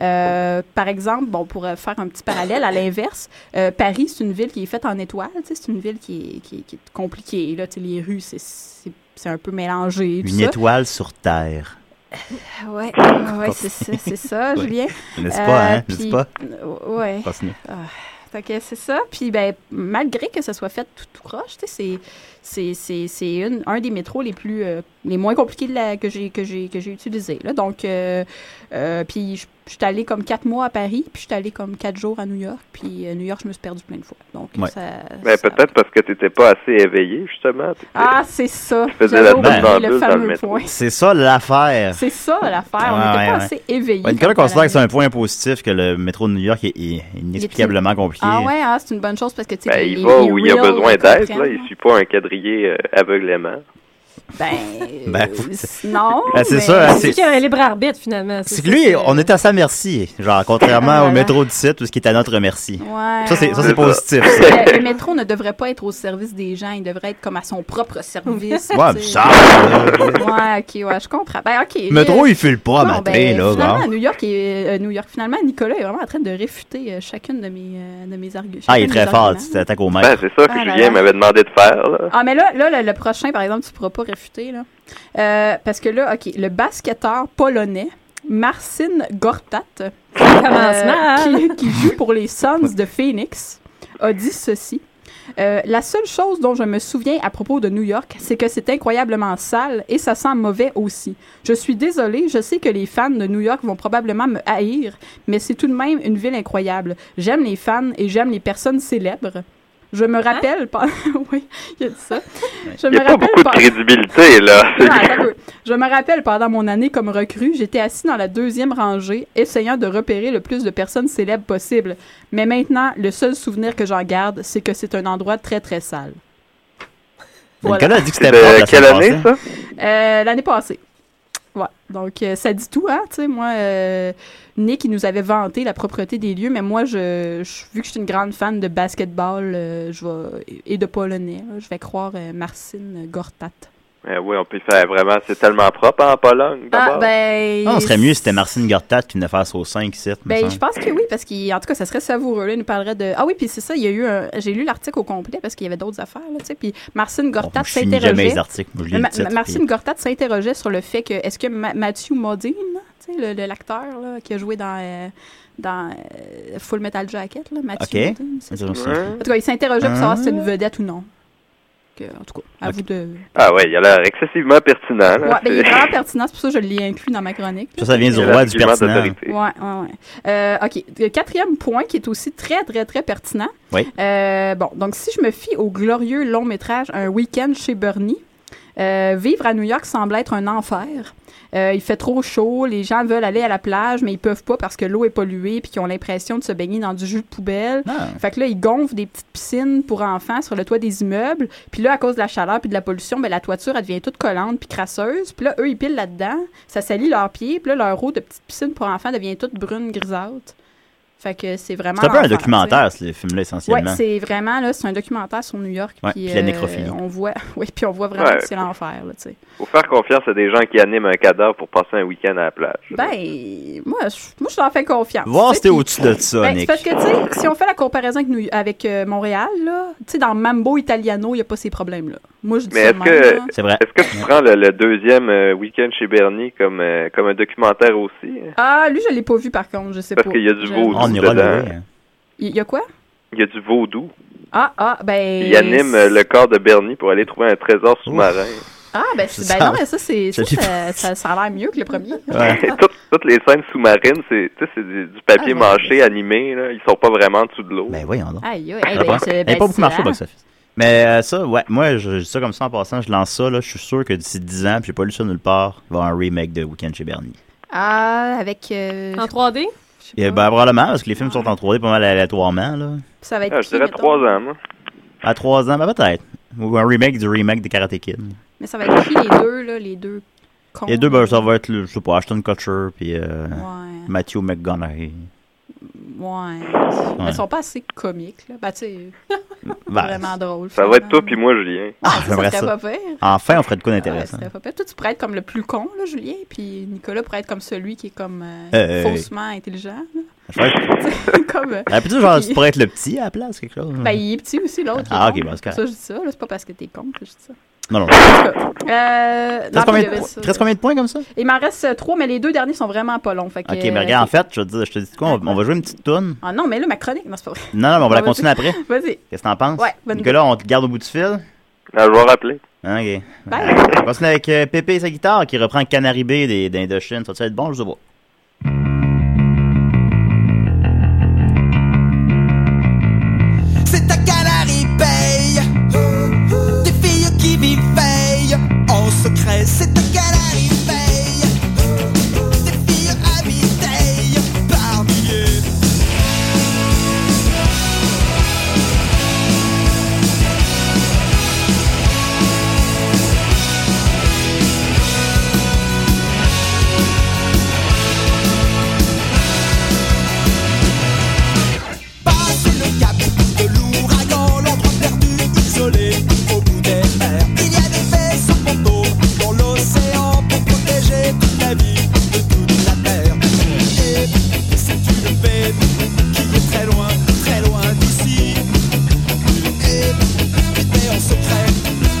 H: Euh, par exemple, bon, pour euh, faire un petit parallèle à l'inverse, euh, Paris, c'est une ville qui est faite en étoile. tu sais, C'est une ville qui est, qui est- qui est compliquée. Là, tu sais, les rues, c'est- c'est c'est un peu mélangé. tout
E: Une
H: ça.
E: étoile sur Terre.
H: Ah Ouais, ouais, ouais, c'est ça, c'est ça,
E: Ouais.
H: Julien.
E: N'est-ce pas, hein?
H: puis-
E: N'est-ce pas?
H: Euh, Ouais.
E: Continue.
H: Ah, ok, c'est ça. Puis, ben, malgré que ce soit fait tout, tout croche, tu sais, c'est- c'est- c'est c'est une- un des métros les plus, euh, les moins compliqués de la, que j'ai que j'ai que j'ai utilisé. Là. Donc, euh, euh, puis je je suis allée comme quatre mois à Paris, puis je suis allée comme quatre jours à New York, puis euh, New York, je me suis perdue plein de fois. Donc, ça-
N: Ben, peut-être parce que t'étais pas assez éveillé, justement.
H: Ah, c'est ça.
N: Je faisais
H: J'avais
N: la
H: oublié
N: tête dans la
H: le
N: bulle dans le
H: fameux
N: métro.
H: point.
E: C'est ça l'affaire.
H: C'est ça l'affaire. On
E: Ouais,
H: n'était pas
E: ouais,
H: assez
E: ouais.
H: éveillés.
E: Ouais, Nicolas
H: comme
E: considère que c'est
H: malade.
E: un point positif que le métro de New York est, est inexplicablement compliqué.
H: Ah ouais, ah, c'est une bonne chose parce que tu sais,
N: Ben,
H: les-
N: il va
H: les
N: où il a
H: Reels
N: besoin d'aide,
H: comprennent.
N: là. Il suit pas un quadrillé euh, aveuglément.
H: Ben,
E: Ben, faut-
H: non.
E: Ben, c'est
H: Oh, mais-
E: ça, hein,
G: C'est
E: c'est-
G: lui qui a un libre arbitre, finalement.
E: C'est que lui, on est à sa merci.
H: Ah,
E: Genre, contrairement au métro du site, tout ce qui est à notre merci.
H: Ouais,
E: ça, c'est, ça, c'est
H: ouais.
E: positif. ça.
H: Le, le métro ne devrait pas être au service des gens, il devrait être comme à son propre service.
E: Ouais,
H: tu sais.
E: bizarre.
H: Ouais, ok, ouais, je comprends. Ben, ok.
E: Le métro,
H: euh,
E: il file pas à
H: bon,
E: matin,
H: ben,
E: là.
H: Finalement, à
E: bon.
H: New York, et, euh, New York, finalement, Nicolas est vraiment en train de réfuter euh, chacune de mes, euh, de mes arguments.
E: Ah, il est très fort, tu t'attaques au maître.
N: Ben, c'est ça que
H: Ah, là, là.
N: Julien m'avait demandé de faire, là.
H: Ah, mais là, là le, le prochain, par exemple, tu pourras pas réfuter. Là. Euh, parce que là, OK, le basketteur polonais, Marcin Gortat, euh,
G: mal.
H: qui, qui joue pour les Suns de Phoenix, a dit ceci. Euh, la seule chose dont je me souviens à propos de New York, c'est que c'est incroyablement sale et ça sent mauvais aussi. Je suis désolée, je sais que les fans de New York vont probablement me haïr, mais c'est tout de même une ville incroyable. J'aime les fans et j'aime les personnes célèbres. Je me rappelle, pas oui, il a dit ça. Je
N: Il n'y
H: me
N: a pas
H: rappelle
N: beaucoup de
H: pas-
N: crédibilité, là.
H: non, attends un peu. Je me rappelle pendant mon année comme recrue, j'étais assis dans la deuxième rangée, essayant de repérer le plus de personnes célèbres possible. Mais maintenant, le seul souvenir que j'en garde, c'est que c'est un endroit très très sale. Voilà.
E: Nicolas a dit que
N: C'est
E: c'était
N: de
E: fort la
N: quelle
E: semaine
N: année,
E: passée.
H: Euh, L'année passée. Ouais. Donc, euh, ça dit tout, hein, tu sais. Moi, euh, Nick, il nous avait vanté la propreté des lieux, mais moi, je, je- vu que je suis une grande fan de basketball euh, je vais, et de polonais, là, je vais croire euh, Marcin Gortat.
N: Ben oui, on peut faire vraiment. C'est tellement propre hein, en Pologne, d'abord.
H: Ah, ben.
E: Ah, on serait mieux si c'était Marcine Gortat qui venait faire sauce 5 ici. me
H: Ben,
E: semble.
H: je pense que oui, parce qu'en tout cas, ça serait savoureux. Là, il nous parlerait de. Ah oui, puis c'est ça, il y a eu un. J'ai lu l'article au complet parce qu'il y avait d'autres affaires, là, tu sais. Puis Marcine Gortat
E: je finis jamais
H: s'interrogeait.
E: les articles. Moi, je lis le
H: Ma-
E: titre,
H: Ma- Marcine
E: puis-
H: Gortat s'interrogeait sur le fait que. Est-ce que Ma- Mathieu Modine, tu sais, le- le- l'acteur là, qui a joué dans, euh, dans euh, Full Metal Jacket, là, Mathieu
E: Ok.
H: Modine, c'est ça?
E: Ouais.
H: En tout cas, il s'interrogeait pour savoir si c'était une
E: Ah.
H: vedette ou non. Que, en tout cas, à vous de.
N: Ah ouais, il a l'air excessivement pertinent,
H: Ouais,
N: là.
H: ben, il est
N: C'est-
H: vraiment pertinent, c'est pour ça que je l'ai inclus dans ma chronique.
E: Ça, ça vient du
N: C'est
E: roi du
N: l'argument
E: pertinent.
N: d'autorité.
H: Ouais, ouais, ouais. Euh, OK. Le quatrième point qui est aussi très, très, très pertinent.
E: Oui.
H: Euh, bon, donc si je me fie au glorieux long métrage Un week-end chez Bernie, euh, vivre à New York semble être un enfer. Euh, il fait trop chaud, les gens veulent aller à la plage, mais ils peuvent pas parce que l'eau est polluée puis qu'ils ont l'impression de se baigner dans du jus de poubelle.
E: Ah.
H: Fait que là, ils gonflent des petites piscines pour enfants sur le toit des immeubles. Puis là, à cause de la chaleur puis de la pollution, ben, la toiture, elle devient toute collante puis crasseuse. Puis là, eux, ils pilent là-dedans, ça salit leurs pieds, puis là, leur eau de petite piscine pour enfants devient toute brune, grisâtre. Fait que c'est vraiment.
E: C'est un peu un
H: l'enfer,
E: documentaire, ce film-là,
H: tu sais. Ouais,
E: essentiellement.
H: c'est vraiment, là, c'est un documentaire sur New York.
E: Ouais, puis la
H: euh,
E: nécrophilie.
H: on voit, oui, puis on voit vraiment
N: Ouais.
H: que c'est l'enfer, là, tu sais.
N: Faut faire confiance à des gens qui animent un cadavre pour passer un week-end à la plage.
H: Ben, moi, je, moi, je leur fais confiance.
E: Voir si
H: tu sais,
E: t'es
H: puis-
E: au-dessus de ça,
H: Ben, c'est
E: Nick.
H: parce que, tu sais, si on fait la comparaison avec, nous, avec euh, Montréal, là, tu sais, dans Mambo Italiano, il n'y a pas ces problèmes-là. Moi, je dis
N: Mais
H: ça
N: est-ce
H: de même,
N: que
H: là.
N: est-ce que tu prends le, le deuxième euh, week-end chez Bernie comme euh, comme un documentaire aussi hein?
H: Ah, lui, je l'ai pas vu, par contre, je sais
N: Parce
H: pas.
N: qu'il y a du
H: Je-
N: vaudou
E: On ira le
N: dedans.
E: voir, hein.
H: Il y a quoi?
N: Il y a du vaudou.
H: Ah, ah, ben...
N: Il anime euh, le corps de Bernie pour aller trouver un trésor sous-marin.
H: Ah, ben, c'est- ben
N: Ça-
H: non, mais ça, c'est, ça,
N: Je l'ai
H: ça, ça- ça a l'air mieux que le premier.
N: toutes, toutes les scènes sous-marines, c'est tu sais, c'est du, du papier
H: Ah, ouais.
N: mâché animé là. Ils sont pas vraiment en dessous de l'eau. Ben
E: voyons donc.
H: Aïe, aïe,
N: Je
H: aïe, ben,
N: pense.
H: c'est-
N: Il a
H: ben,
N: pas beaucoup
H: c'est
N: marché au
H: rare.
N: box-office.
E: Mais euh, ça, ouais, moi, je je dis ça comme ça en passant, je lance ça, là, je suis sûr que d'ici 10 ans, puis j'ai pas lu ça nulle part, il va y avoir un remake de Weekend chez Bernie.
H: Ah, avec. euh,
G: En 3D?
E: Et, ben, probablement, parce que les films sont en 3D pas mal aléatoirement, là.
H: Ça va être.
O: Ah, je
H: qui,
O: dirais
H: mettons?
O: trois ans, moi.
E: À 3 ans, ben peut-être. Ou un remake du remake de Karate Kid.
H: Mais ça va être qui les deux, là, les deux cons?
E: Et deux, ben, ça va être, le- je sais pas, Ashton Kutcher, puis euh,
H: Ouais.
E: Matthew McGonaghy.
H: Ouais. Mais ils sont pas assez comiques, là. Ben, tu sais, vraiment drôle.
O: Bah, Ça va être toi puis moi, Julien.
E: Ah,
H: ça,
E: j'aimerais ça.
H: ça serait pas pire.
E: Enfin, on ferait de quoi
H: Ouais,
E: d'intéressant.
H: c'était pas pire. Toi, tu pourrais être comme le plus con, là, Julien, puis Nicolas pourrait être comme celui qui est comme euh,
E: Euh,
H: faussement intelligent. là.
E: Je pourrais être-
H: comme, euh,
E: Ah, puis tu sais, genre,
H: puis-
E: tu pourrais être le petit à la place, quelque chose.
H: Ben, il est petit aussi, l'autre. il est
E: Hmm. Ah, ok,
H: con.
E: bon, c'est correct.
H: Ça, je dis ça, là, c'est pas parce que t'es con que je dis ça.
E: Non, non.
H: Euh,
E: Reste combien de points-
H: ça.
E: reste combien de points comme ça?
H: Il m'en reste euh, trois, mais les deux derniers sont vraiment pas longs. Fait que, euh,
E: Ok, mais regarde, en fait, je te dis, je te dis de quoi, on, on va jouer une petite toune.
H: Ah non, mais là, ma chronique, non, c'est pas vrai.
E: Non, non, mais on va la
H: Vas-y.
E: continuer après.
H: Vas-y.
E: Qu'est-ce que t'en penses?
H: Ouais, bonne
E: Nicolas, on te garde au bout du fil?
O: Ben,
E: Ah,
O: je vais rappeler.
E: Ok. On continue avec euh, Pépé et sa guitare qui reprend Canary Bay des- d'Indochine. Ça va être bon, je sais pas.
I: C'est à Canary Bay Des filles qui vivent En secret C'est à Canary Bay Des filles habitées Par milliers Passez le cap de l'ouragan, l'endroit perdu, isolé, au bout des mers. Il y a des faisceaux poteaux dans l'océan pour protéger toute la vie de toute la terre. Et c'est une paix qui est très loin, très loin d'ici. Et vite mais en secret,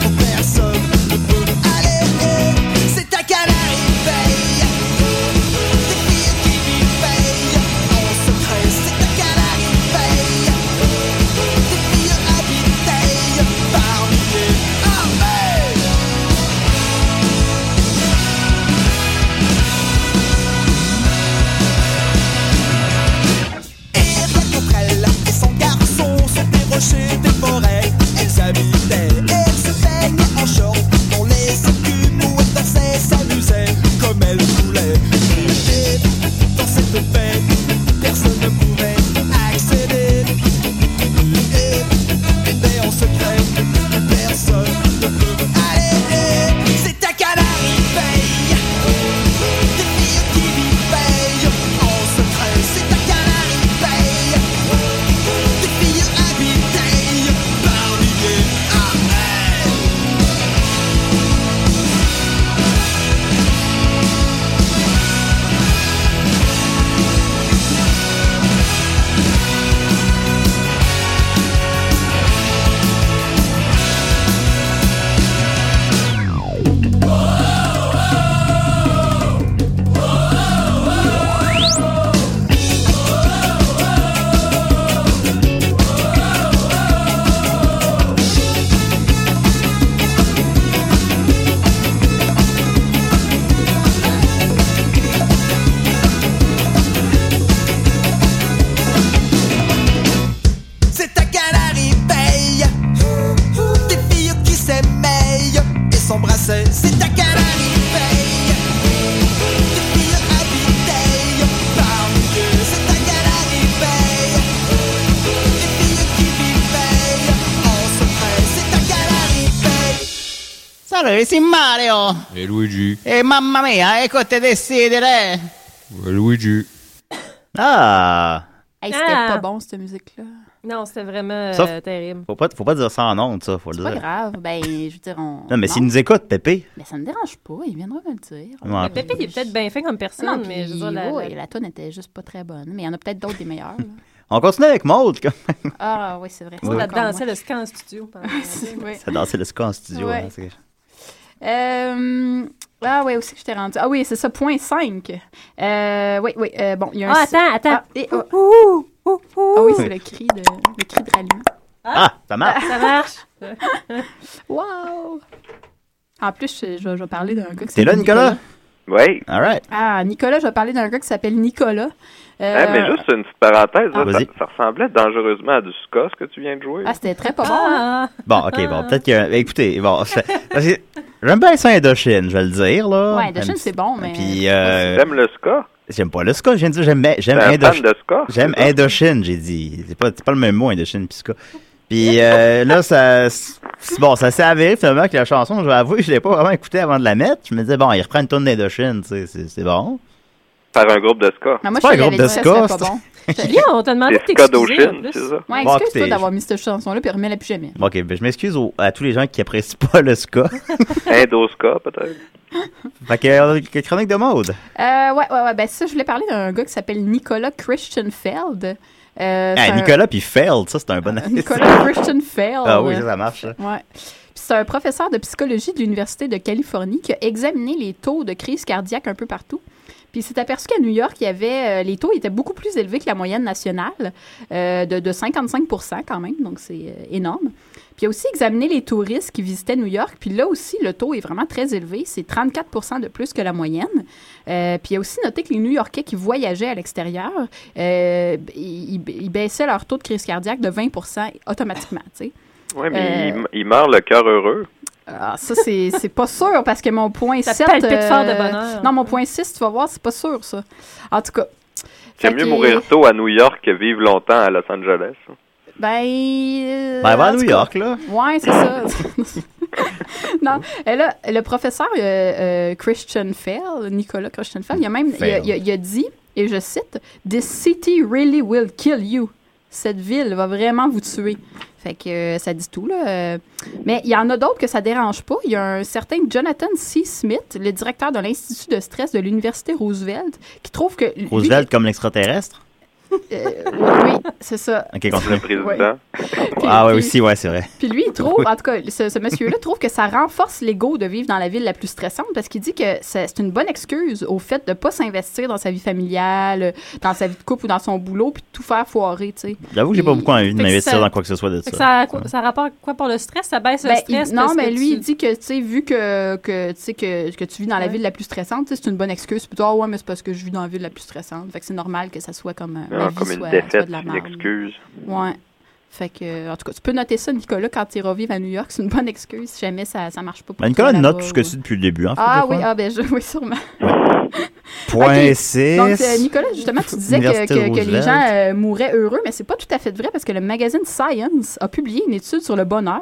I: où personne ne peut nous aller. C'est à Canary Bay, des filles qui vivent en secret. C'est à Canary Bay, des filles habitées parmi les armées. Et rien contre elle et son garçon sont des rochers, des forêts. Elles habitaient et elles se baignaient en short dans les écumes où elles dansaient, s'amusaient comme elles voulaient. Et dans cette fête, personne ne pouvait accéder. Et mais en secret, personne ne peut aller. C'est à Canary Bay. Des filles qui vivent en secret. C'est à Canary Bay. Des filles habitées parmi les armées. C'est à Canary Bay Des filles qui s'émeillent et s'embrassaient C'est à Canary Bay Des filles habitées parmi eux C'est à Canary Bay Des filles qui vivaient en secret C'est à Canary Bay
P: Salve, c'est Mario.
B: Et Luigi.
P: Et mamma mia, ecco te desidere.
B: Et Luigi.
E: Ah!
H: Hey, c'était
G: Ah!
H: pas bon, cette musique-là.
G: Non, c'était vraiment euh,
E: Ça,
G: terrible.
E: Faut pas, faut pas dire ça en honte, ça, faut le
H: C'est pas
E: dire.
H: grave. Ben, je veux dire, on.
E: Non, mais s'il nous écoute, Pépé.
H: Mais ça me dérange pas, il viendra me le dire.
E: Ouais. Mais
G: Pépé, il est peut-être bien fait comme personne,
H: Non,
G: mais je veux dire,
H: puis,
G: la-
H: ouais,
G: la-
H: la tonne était juste pas très bonne. Mais il y en a peut-être d'autres des meilleurs. là.
E: On continue avec Maud, quand même.
H: Ah oui, c'est vrai.
E: Ouais.
G: la
E: Encore
G: dansait le ska en studio. pendant-
E: Ça dansait le ska en studio.
H: Ouais.
E: hein, c'est-
H: Euh, ah oui, aussi que je t'ai rendu. Ah oui, c'est ça, point 5. Euh, oui, oui, euh, bon, il y a un...
G: Ah,
H: si-
G: attends, attends.
H: Ah, et- ah, Ah oui, c'est le cri de, le cri de ralliement.
E: Ah, ça marche.
G: Ça marche.
H: wow! En plus, je, je vais- je vais parler d'un gars qui
E: T'es là,
H: s'appelle
E: Nicolas?
N: Oui.
E: All right.
H: Ah, Nicolas, je vais parler d'un gars qui s'appelle Nicolas. Euh,
N: Ah, mais juste une petite parenthèse, là,
E: Ah,
N: ça,
E: vas-y.
N: ça ressemblait dangereusement à du ska ce que tu viens de jouer.
H: Ah, c'était très pas bon.
G: Ah.
H: hein?
E: Bon, ok, bon, peut-être que. Écoutez, bon, c'est- parce que j'aime bien ça Indochine, je vais le dire, là.
H: Ouais, Indochine,
E: Même-
H: c'est bon, mais.
E: Ah. Puis, euh,
N: J'aime le ska.
E: J'aime pas le ska, je viens de dire, j'aime, j'aime
N: T'es un fan
E: Indochine.
N: de ska, c'est
E: J'aime
N: ça?
E: Indochine, j'ai dit. C'est pas, c'est pas le même mot, Indochine pis ska. Puis euh, là, ça, c'est- bon, ça s'est avéré finalement que la chanson, je vais avouer, je l'ai pas vraiment écoutée avant de la mettre. Je me disais, bon, il reprend une tourne d'Indochine, tu sais, c'est, c'est bon.
N: Faire un groupe de ska.
H: Ah,
E: c'est
H: moi,
E: pas
H: je suis
E: un groupe
H: allée
E: de
H: avec ça,
E: ska,
H: c'était pas bon.
G: Bien, on t'a demandé de
N: C'est
G: t'excuser. en
N: Scadochin, c'est
G: plus.
N: ça?
H: Ouais,
E: Bon,
H: excuse-toi
E: écoutez,
H: d'avoir mis cette chanson-là, puis remets-la plus jamais.
E: Ok, ben, je m'excuse au- à tous les gens qui apprécient pas le ska.
N: Indo-ska, peut-être.
E: fait que, euh, que chronique de mode.
H: Euh, ouais, ouais, ouais. Ben, ça, je voulais parler d'un gars qui s'appelle Nicolas Christianfeld. Euh, c'est
E: Ah,
H: un- Ah,
E: Nicolas puis Feld, ça c'est un bon
H: Nicolas Christianfeld.
E: Ah oui, ça, ça marche. ça.
H: Ouais. Puis c'est un professeur de psychologie de l'Université de Californie qui a examiné les taux de crise cardiaque un peu partout. Puis il s'est aperçu qu'à New York, il y avait, euh, les taux étaient beaucoup plus élevés que la moyenne nationale, euh, de, de 55 quand même, donc c'est euh, énorme. Puis il a aussi examiné les touristes qui visitaient New York, puis là aussi, le taux est vraiment très élevé, c'est 34 de plus que la moyenne. Euh, puis il a aussi noté que les New-Yorkais qui voyageaient à l'extérieur, euh, ils, ils baissaient leur taux de crise cardiaque de 20 automatiquement, tu sais.
N: Oui, mais
H: Euh,
N: il, il meurt le cœur heureux.
H: Ah, ça, c'est c'est pas sûr parce que mon point
G: Ça
H: 7.
G: palpite fort de bonheur.
H: Non, mon point 6, tu vas voir, c'est pas sûr, ça. En tout cas. Fait
N: J'aime mieux
H: que-
N: mourir tôt à New York que vivre longtemps à Los Angeles.
H: Ben. euh,
E: Ben, va à
H: en tout
E: New
H: cas.
E: York, là.
H: Ouais, c'est ça. non, et là, le professeur euh, euh, Christian Fell, Nicolas Christian Fell, il a même il a, il a- il a dit, et je cite, This city really will kill you. Cette ville va vraiment vous tuer. Fait que euh, ça dit tout, là. Euh, Mais il y en a d'autres que ça dérange pas. Il y a un certain Jonathan C. Smith, le directeur de l'Institut de stress de l'Université Roosevelt, qui trouve que. lui-
E: Roosevelt comme l'extraterrestre.
H: euh, oui, c'est ça.
E: Ok, continue.
H: président.
E: Ah ouais, aussi, ouais, c'est vrai.
H: Puis lui, il trouve,
E: Oui.
H: en tout cas, ce, ce monsieur-là trouve que ça renforce l'ego de vivre dans la ville la plus stressante parce qu'il dit que ça- c'est une bonne excuse au fait de ne pas s'investir dans sa vie familiale, dans sa vie de couple ou dans son boulot, puis de tout faire foirer, tu sais.
E: J'avoue que j'ai pas beaucoup envie de
H: Fait que
E: m'investir
H: ça-
E: dans quoi que ce soit de
G: Fait que
E: ça.
G: ça, a quoi- ça a rapport à quoi pour le stress? Ça baisse le
H: Ben, il-
G: stress?
H: non,
G: parce
H: mais
G: que
H: lui,
G: tu-
H: il dit que, tu sais, vu que, que, tu sais, que, que tu vis dans la ville la plus stressante, tu sais, c'est une bonne excuse. Puis toi, Ah ouais, mais c'est parce que je vis dans la ville la plus stressante. Fait que c'est normal que ça soit comme, euh, ma
N: Ah,
H: vie
N: comme une
H: soit, soit
N: défaite,
H: de la
N: une
H: merde.
N: excuse.
H: Ouais. Fait que, euh, en tout cas, tu peux noter ça, Nicolas, quand tu iras vivre à New York. C'est une bonne excuse si jamais ça, ça marche pas pour
E: Ben, Nicolas
H: toi
E: note
H: là-bas
E: tout ce que tu dis
H: ou-
E: depuis le début, en fait.
H: Ah
E: je
H: oui,
E: crois.
H: ah, ben, je- oui, sûrement.
E: Point
H: Ok.
E: 6.
H: Donc, euh, Nicolas, justement, tu disais que,
E: Université
H: que- que les
E: Roosevelt.
H: gens euh, mouraient heureux, mais c'est pas tout à fait vrai parce que le magazine Science a publié une étude sur le bonheur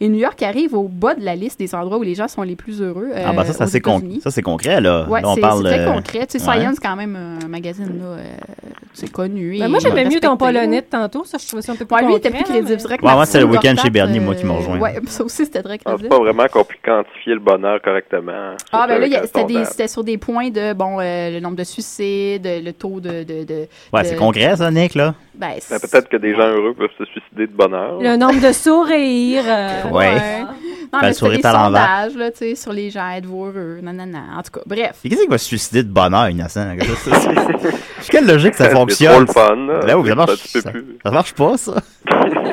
H: et New York arrive au bas de la liste des endroits où les gens sont les plus heureux. euh,
E: ah, ben ça, ça, c'est con- ça, c'est concret, là.
H: Ouais,
E: Là, on
H: c'est
E: parle.
H: c'est très
E: euh,
H: concret. Tu sais,
E: ouais.
H: Science, quand même, un magazine, là, euh, c'est connu.
G: Ben,
H: et
G: moi, j'aimais mieux ton
H: respecté,
G: polonais de tantôt. Ça, je trouvais ça un peu plus
H: Ouais, lui, il
G: concret,
H: était plus
G: là,
H: crédible.
G: mais-
H: C'est vrai que
E: Ouais, moi,
H: Maxime
E: c'est le week-end
H: Gortat,
E: chez Bernie, moi, qui m'a
H: euh,
E: rejoint.
H: Ouais, ça aussi, c'était très
N: Ah,
H: crédible.
N: c'est pas vraiment qu'on puisse quantifier le bonheur correctement.
H: Ah, ben
N: Surtout
H: là, il y
N: avec
H: a-
N: un
H: c'était des-
N: sondage.
H: c'était sur des points de, bon, euh, le nombre de suicides, le taux de. de, de
E: Ouais,
H: de-
E: c'est concret, ça, Nick, là.
H: Ben,
N: Ben, Peut-être que des gens heureux peuvent se suicider de bonheur.
G: Le nombre de sourires. euh,
E: Ouais. Ben,
H: Non, mais
E: le
H: c'était
E: sourire
H: des
E: à l'envers.
H: sondages, là, tu sais, sur les gens, êtes-vous heureux, nanana. En tout cas, bref.
E: Et qu'est-ce qui va se suicider de bonheur, innocent? là? Ça, c'est- Quelle logique ça
N: C'est
E: fonctionne?
N: trop le fun, là.
E: Là où ça
N: Ça,
E: marche,
N: tu peux
E: ça,
N: plus.
E: ça marche pas, ça.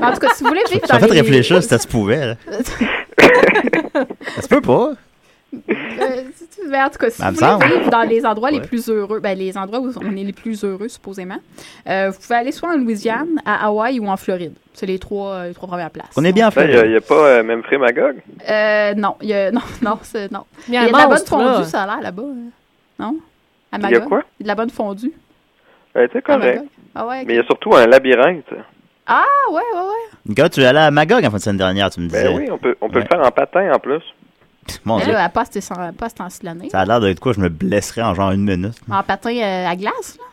H: En tout cas, si vous voulez vivre
E: Ça
H: dans
E: fait
H: les-
E: réfléchir si ça se pouvait. là. Ça se peut pas.
H: Euh, ben, en tout cas, si
E: Ben,
H: vous
E: me semble.
H: voulez vivre dans les endroits les
E: Ouais.
H: plus heureux, ben, les endroits où on est les plus heureux, supposément, euh, vous pouvez aller soit en Louisiane, à Hawaï ou en Floride. C'est les trois, euh, les trois premières places.
E: On est bien
N: Il n'y a,
E: fait.
N: y a pas euh, même Magog?
H: Euh, non, il y a, non, non, c'est, non.
G: Mais
H: Il y
G: un
H: a de la bonne
G: monstre, là.
H: fondue, ça a l'air, là-bas. hein. Non? À
N: Il y a
H: Magog.
N: quoi?
H: Il y a de la bonne fondue.
N: Euh, c'est
H: à
N: correct.
H: Magog. Ah ouais. ok.
N: Mais il y a surtout un labyrinthe.
E: Ben
H: Ah ouais, ouais, ouais.
E: Nicolas, tu es allé à Magog en fin de semaine dernière, tu me disais.
N: Ben oui, on peut, on peut
E: Ouais.
N: le faire en patin en plus.
E: Mon
H: Mais
E: Dieu,
H: là, elle passe, tes- elle passe en slanée.
E: ça a l'air d'être quoi? Je me blesserais en genre une minute.
H: En patin euh, à glace, là.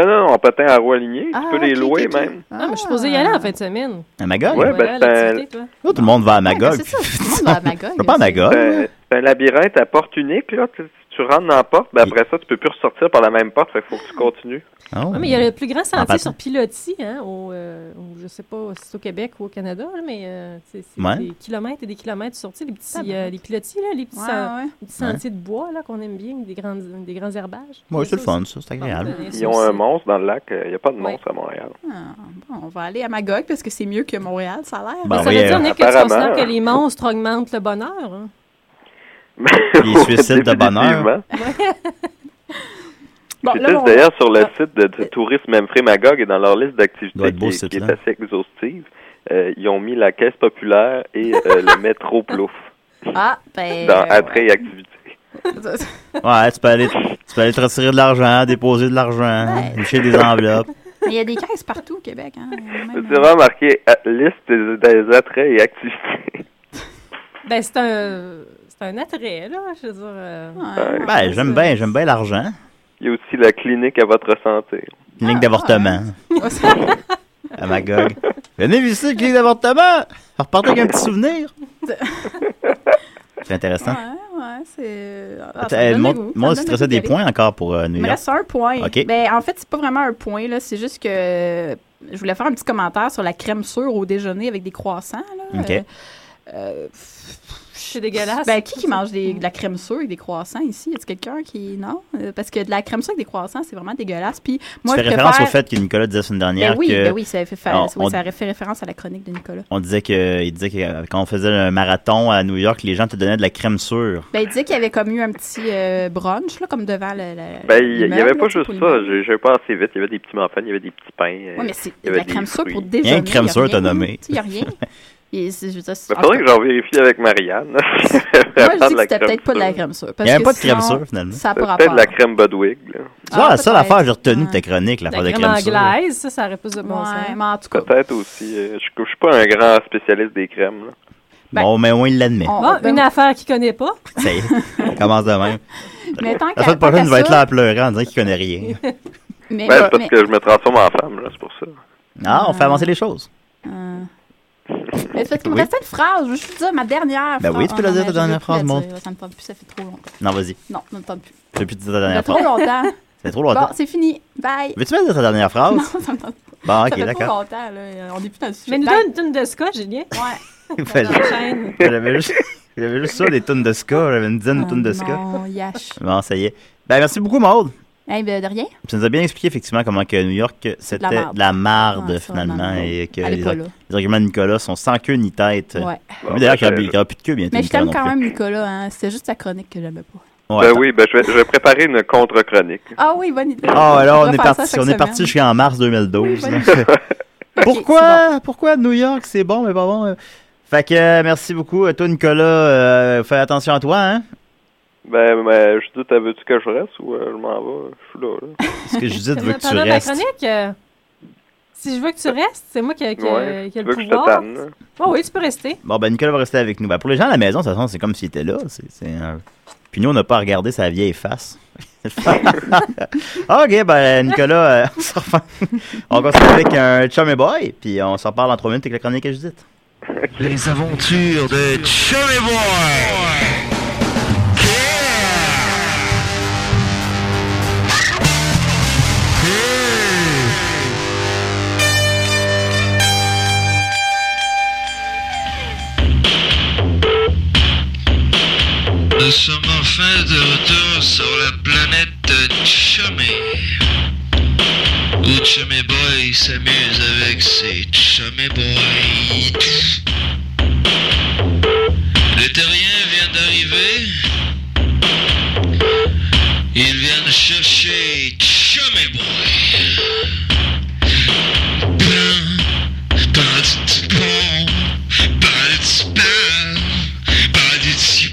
N: Non, non, en patin à roue alignée.
H: Ah,
N: tu peux les
H: ok,
N: louer
H: ok, ok.
N: même.
G: Ah, mais je suis supposée y aller en fin de semaine.
E: À Magog?
N: Ouais, ben,
G: Voilà,
N: c'est un-
G: l'activité, toi.
E: Là, tout le monde va à Magog.
H: Ouais, ben c'est ça, tout le monde va à Magog,
E: Je vais pas à
H: là,
E: Magog.
N: C'est un- c'est un labyrinthe à porte unique. Là. Tu, tu rentres dans la porte, ben après ça, tu peux plus ressortir par la même porte. Fait qu'il faut que tu continues.
E: Oh.
G: Ouais, mais il y a le plus grand
E: patin.
G: sentier sur pilotis, hein, au, euh, au- je sais pas si c'est au Québec ou au Canada, là, mais euh, c'est c'est
E: Ouais.
G: des kilomètres et des kilomètres sur, tu sais, les petits,
H: Tabarnak.
G: euh, les pilotis, là, les petits,
H: Ouais,
G: sen-
H: ouais.
G: les petits sentiers de bois là, qu'on aime bien, des, grandes, des grands herbages.
E: Ouais, c'est le
G: Ça
E: fun,
G: aussi.
E: ça, c'est agréable.
G: Bon, ben,
N: Ils
G: ça
N: ont un
G: aussi.
N: monstre dans le lac. euh, Il n'y a pas de
G: Ouais.
N: monstre à Montréal.
H: Ah, bon, on va aller à Magog parce que c'est mieux que Montréal, ça a l'air.
E: Ben
G: ça
E: oui,
G: veut dire,
E: euh,
G: Nick, que tu
N: apparemment.
G: considères que les monstres augmentent le bonheur. hein?
E: Les suicides de bonheur.
N: Définitivement.
H: Ah, Bon,
N: C'est
H: là,
N: juste
H: on-
N: d'ailleurs sur
H: Ah.
N: le site de, de Tourisme Amfré Magog et dans leur liste
E: Doit
N: d'activités
E: être beau, ce
N: qui, qui est
E: site-là.
N: assez exhaustive, euh, ils ont mis la caisse populaire et euh, le métro plouf
H: Ah, ben.
N: dans
H: euh,
N: attrait et activités.
E: Ouais, tu peux aller, tu peux aller te retirer de l'argent, déposer de l'argent, toucher des enveloppes.
H: Mais il y a des caisses partout au Québec. Hein, même,
N: C'est vraiment marqué à- euh, liste des, des attraits et activités.
G: Ben, c'est un, c'est un attrait, là, je veux dire. euh,
N: Ouais.
E: Ben, j'aime bien, j'aime bien l'argent.
N: Il y a aussi la clinique à votre santé.
H: Euh, Ah,
E: Clinique d'avortement. À Magog. Venez visiter la clinique d'avortement! Repartez avec un petit souvenir. C'est intéressant.
H: Ouais, ouais, c'est. Ah, ça me
E: Euh,
H: donne
E: Moi,
H: le goût, ça
E: moi,
H: me
E: si tu
H: donne le goût
E: restes
H: d'y
E: des
H: aller.
E: points encore pour euh,
H: Il
E: New
H: me
E: York.
H: reste un point.
E: OK.
H: Ben, en fait, c'est pas vraiment un point. là. C'est juste que euh, je voulais faire un petit commentaire sur la crème sûre au déjeuner avec des croissants. Là.
E: OK.
H: Euh, euh, pff,
G: C'est dégueulasse.
H: ben, qui qui mange des- de la crème sûre avec des croissants ici? Y a quelqu'un qui... Non? Euh, Parce que de la crème sûre avec des croissants, c'est vraiment dégueulasse. Puis moi,
E: tu
H: je
E: fais référence
H: préfère-
E: au fait que Nicolas disait la semaine dernière
H: Ben oui,
E: que
H: ben oui, ça fait, fa-
E: on,
H: oui,
E: on-
H: ça fait référence à la chronique de Nicolas.
E: on disait que il disait que euh, quand on faisait un marathon à New York, les gens te donnaient de la crème sûre.
H: Ben, il disait qu'il y avait comme eu un petit euh, brunch, là, comme devant le... le-
N: Ben, il n'y
H: l'immeuble,
N: avait
H: là,
N: pas
H: tu sais,
N: juste
H: pour
N: ça. J'ai j'ai pas assez vite. Il y avait des petits muffins, il y avait des petits pains. euh,
H: Oui, mais c'est
N: il y
H: de
N: avait
H: la
N: des
H: crème sûre
N: fruits.
H: pour déjeuner.
E: Rien que crème
H: y a
E: sûre,
H: rien,
E: t'as nommé.
H: Il n'y a rien. Il- c'est- je veux dire, c'est-
N: Mais faudrait
H: en
N: que
H: tout cas,
N: j'en vérifie avec Marianne. Moi,
H: Moi, je dis que c'était peut-être pas de la crème sûre.
E: Il
H: parce
E: n'y avait
H: que
E: pas de crème
H: sinon,
E: sûre finalement.
H: Ça a pas
N: C'était peut-être
H: rapport.
N: de la crème Budwig. là.
E: Ah,
H: Ah,
E: ça
H: peut-être.
E: l'affaire, j'ai retenu de ta chronique, l'affaire de
G: la crème
E: crème sûre.
G: anglaise, ça, ça aurait plus de bon
H: Ouais,
G: sens.
H: mais en tout cas,
N: Peut-être aussi. euh, je ne suis pas un grand spécialiste des crèmes. là.
H: Ben,
E: Bon, mais au moins il l'admet.
H: on-
G: Bon,
H: ben,
G: une affaire qu'il connaît pas.
E: Ça y est, on commence de même.
H: mais tant qu'à-
E: La semaine
H: tant qu'à
E: prochaine, il va être là
H: ça,
E: à pleurer en disant qu'il connaît rien.
H: mais-
N: Ben, c'est parce
H: Eh mais-
N: que je me transforme en femme, là, c'est pour ça.
E: Ah, on fait avancer les choses.
H: Euh, Mais c'est parce qu'il me
E: Oui.
H: restait une phrase. Je veux juste dire ma dernière
E: Ben
H: phrase.
E: oui, tu peux
H: Ah,
E: la
H: non,
E: dire,
H: mais
E: ta
H: je
E: dernière
H: veux plus
E: phrase,
H: la
E: mon-
H: dire, Ça ne tente plus, ça fait trop longtemps.
E: Non, vas-y.
H: Non, ça ne tente plus.
E: Tu veux plus dire ta
H: Ça fait
E: dernière
H: trop
E: phrase.
H: longtemps.
E: C'est trop longtemps.
H: Bon, c'est fini. Bye.
E: Veux-tu me dire ta dernière phrase?
H: Non, ça me tente pas.
E: Bon, ok,
H: ça fait trop
E: d'accord.
H: longtemps, là. On n'est plus dans le sujet.
G: Mais nous
H: Bye.
G: donne une tonne de scotch, Julien.
H: Ouais.
E: Voilà.
G: Enchaîne.
E: J'avais juste, j'avais juste ça, des tonnes de ska. J'avais une dizaine de tonnes de ska.
H: Non, yash.
E: Bon, ça y est. Ben, merci beaucoup, Maude.
H: Eh ben, de rien.
E: Tu nous as bien expliqué, effectivement, comment que New York, c'était
H: marde.
E: de la marde,
H: Ah, ça, la
E: finalement,
H: marde.
E: et que
H: Elle est
E: les,
H: pas
E: ar-
H: là.
E: les arguments de Nicolas sont sans queue ni tête.
H: Ouais.
E: J'ai vu D'ailleurs,
N: Bon,
E: qu'il
N: ben,
E: n'y aura plus de queue bientôt.
H: Mais je
E: Nicolas,
H: t'aime
E: non
H: quand
E: plus.
H: même, Nicolas. Hein. C'était juste sa chronique que j'aimais pas.
E: Ouais,
N: Ben
E: attends.
N: oui, ben je vais, je vais préparer une contre-chronique.
H: Ah oui, bonne idée.
E: Ah, ouais, là, on
H: va
E: est
H: faire ça
E: parti,
H: chaque
E: on est parti
H: semaine.
E: jusqu'en mars 2012.
H: Oui,
E: là. pourquoi, pourquoi New York, c'est bon, mais pas bon? euh? Fait que, euh, merci beaucoup. Euh, Toi, Nicolas, euh, fais attention à toi, hein?
N: Ben, ben je dis, t'as veux-tu que je reste ou euh, je m'en vais? Je suis là, là.
E: Parce que Judith veut que tu
G: Pendant ma
E: restes.
G: chronique, euh, si je veux que tu restes, c'est moi qui ai qui a-
H: euh,
N: Ouais,
G: qui a
N: tu
G: le
N: veux que je te
G: pouvoir.
N: tanne? là?
G: Oh oui, tu peux rester.
E: Bon, ben, Nicolas va rester avec nous. Ben, pour les gens à la maison, de toute façon, c'est comme s'il était là. C'est, c'est un- Puis nous, on n'a pas regardé sa vieille face. ok, ben, Nicolas, euh, on se refait. On continue avec un chum et boy, puis on s'en parle en trois minutes avec la chronique à Judith.
M: Les aventures de Chummy Boy!
Q: Nous sommes enfin de retour sur la planète de Chummy. Où Chummy Boy s'amuse avec ses Chummy Boys. Le terrien vient d'arriver. Il vient de chercher Chummy Boy. Plein, pas de bon, pas de spell, pas de si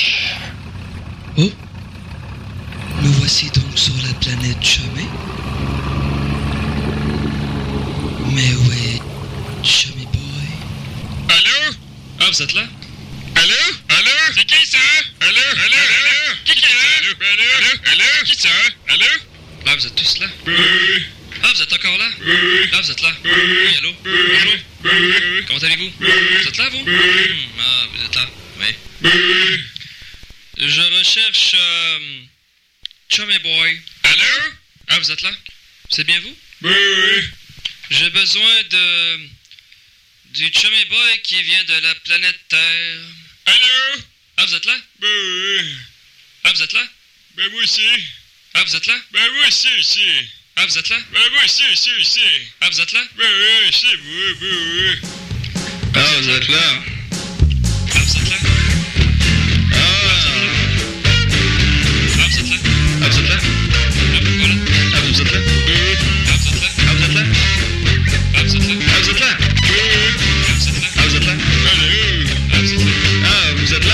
Q: bon. Oh, nous voici donc sur la planète Chumé. Mais où est Chumé Boy Allô Ah, vous êtes là Allô Allô C'est qui ça Allô Allô Allô Qui qui est là Allô Allô Allô Qui ça Allô Ah, vous êtes tous là Ah, vous êtes encore là Ah, vous êtes là Oui, allô Bonjour Comment allez-vous Vous êtes là, vous Hmm, Ah, vous êtes là, oui. Je recherche... Euh, Chummy Boy. Allô Ah, vous êtes là C'est bien vous Oui J'ai besoin de... Du Chummy Boy qui vient de la planète Terre. Allô? Ah, vous êtes là? Ben oui. Ah, vous êtes là? Ben moi aussi. Ah, vous êtes là? Ben moi aussi, aussi. Ah, vous êtes là? Ben moi aussi, aussi, aussi. Ah, vous êtes là? Ben oui, c'est vous, ben oui. Ah, vous êtes là. Ah, vous êtes là. Ah, vous êtes là. Ah, vous êtes là. Ah, vous êtes là. Ah, vous êtes là. Ah, vous êtes là. Ah, vous êtes là. Ah, vous êtes là. Ah, vous êtes là. Ah, vous êtes là. Ah, vous êtes là. Ah, vous êtes là. Ah, vous êtes là. Ah, vous êtes là. Ah, vous êtes là. Ah, vous êtes là. Ah, vous êtes là. Ah, vous êtes là. Ah, vous êtes là. Ah, vous êtes là. Ah. Ah, vous êtes là.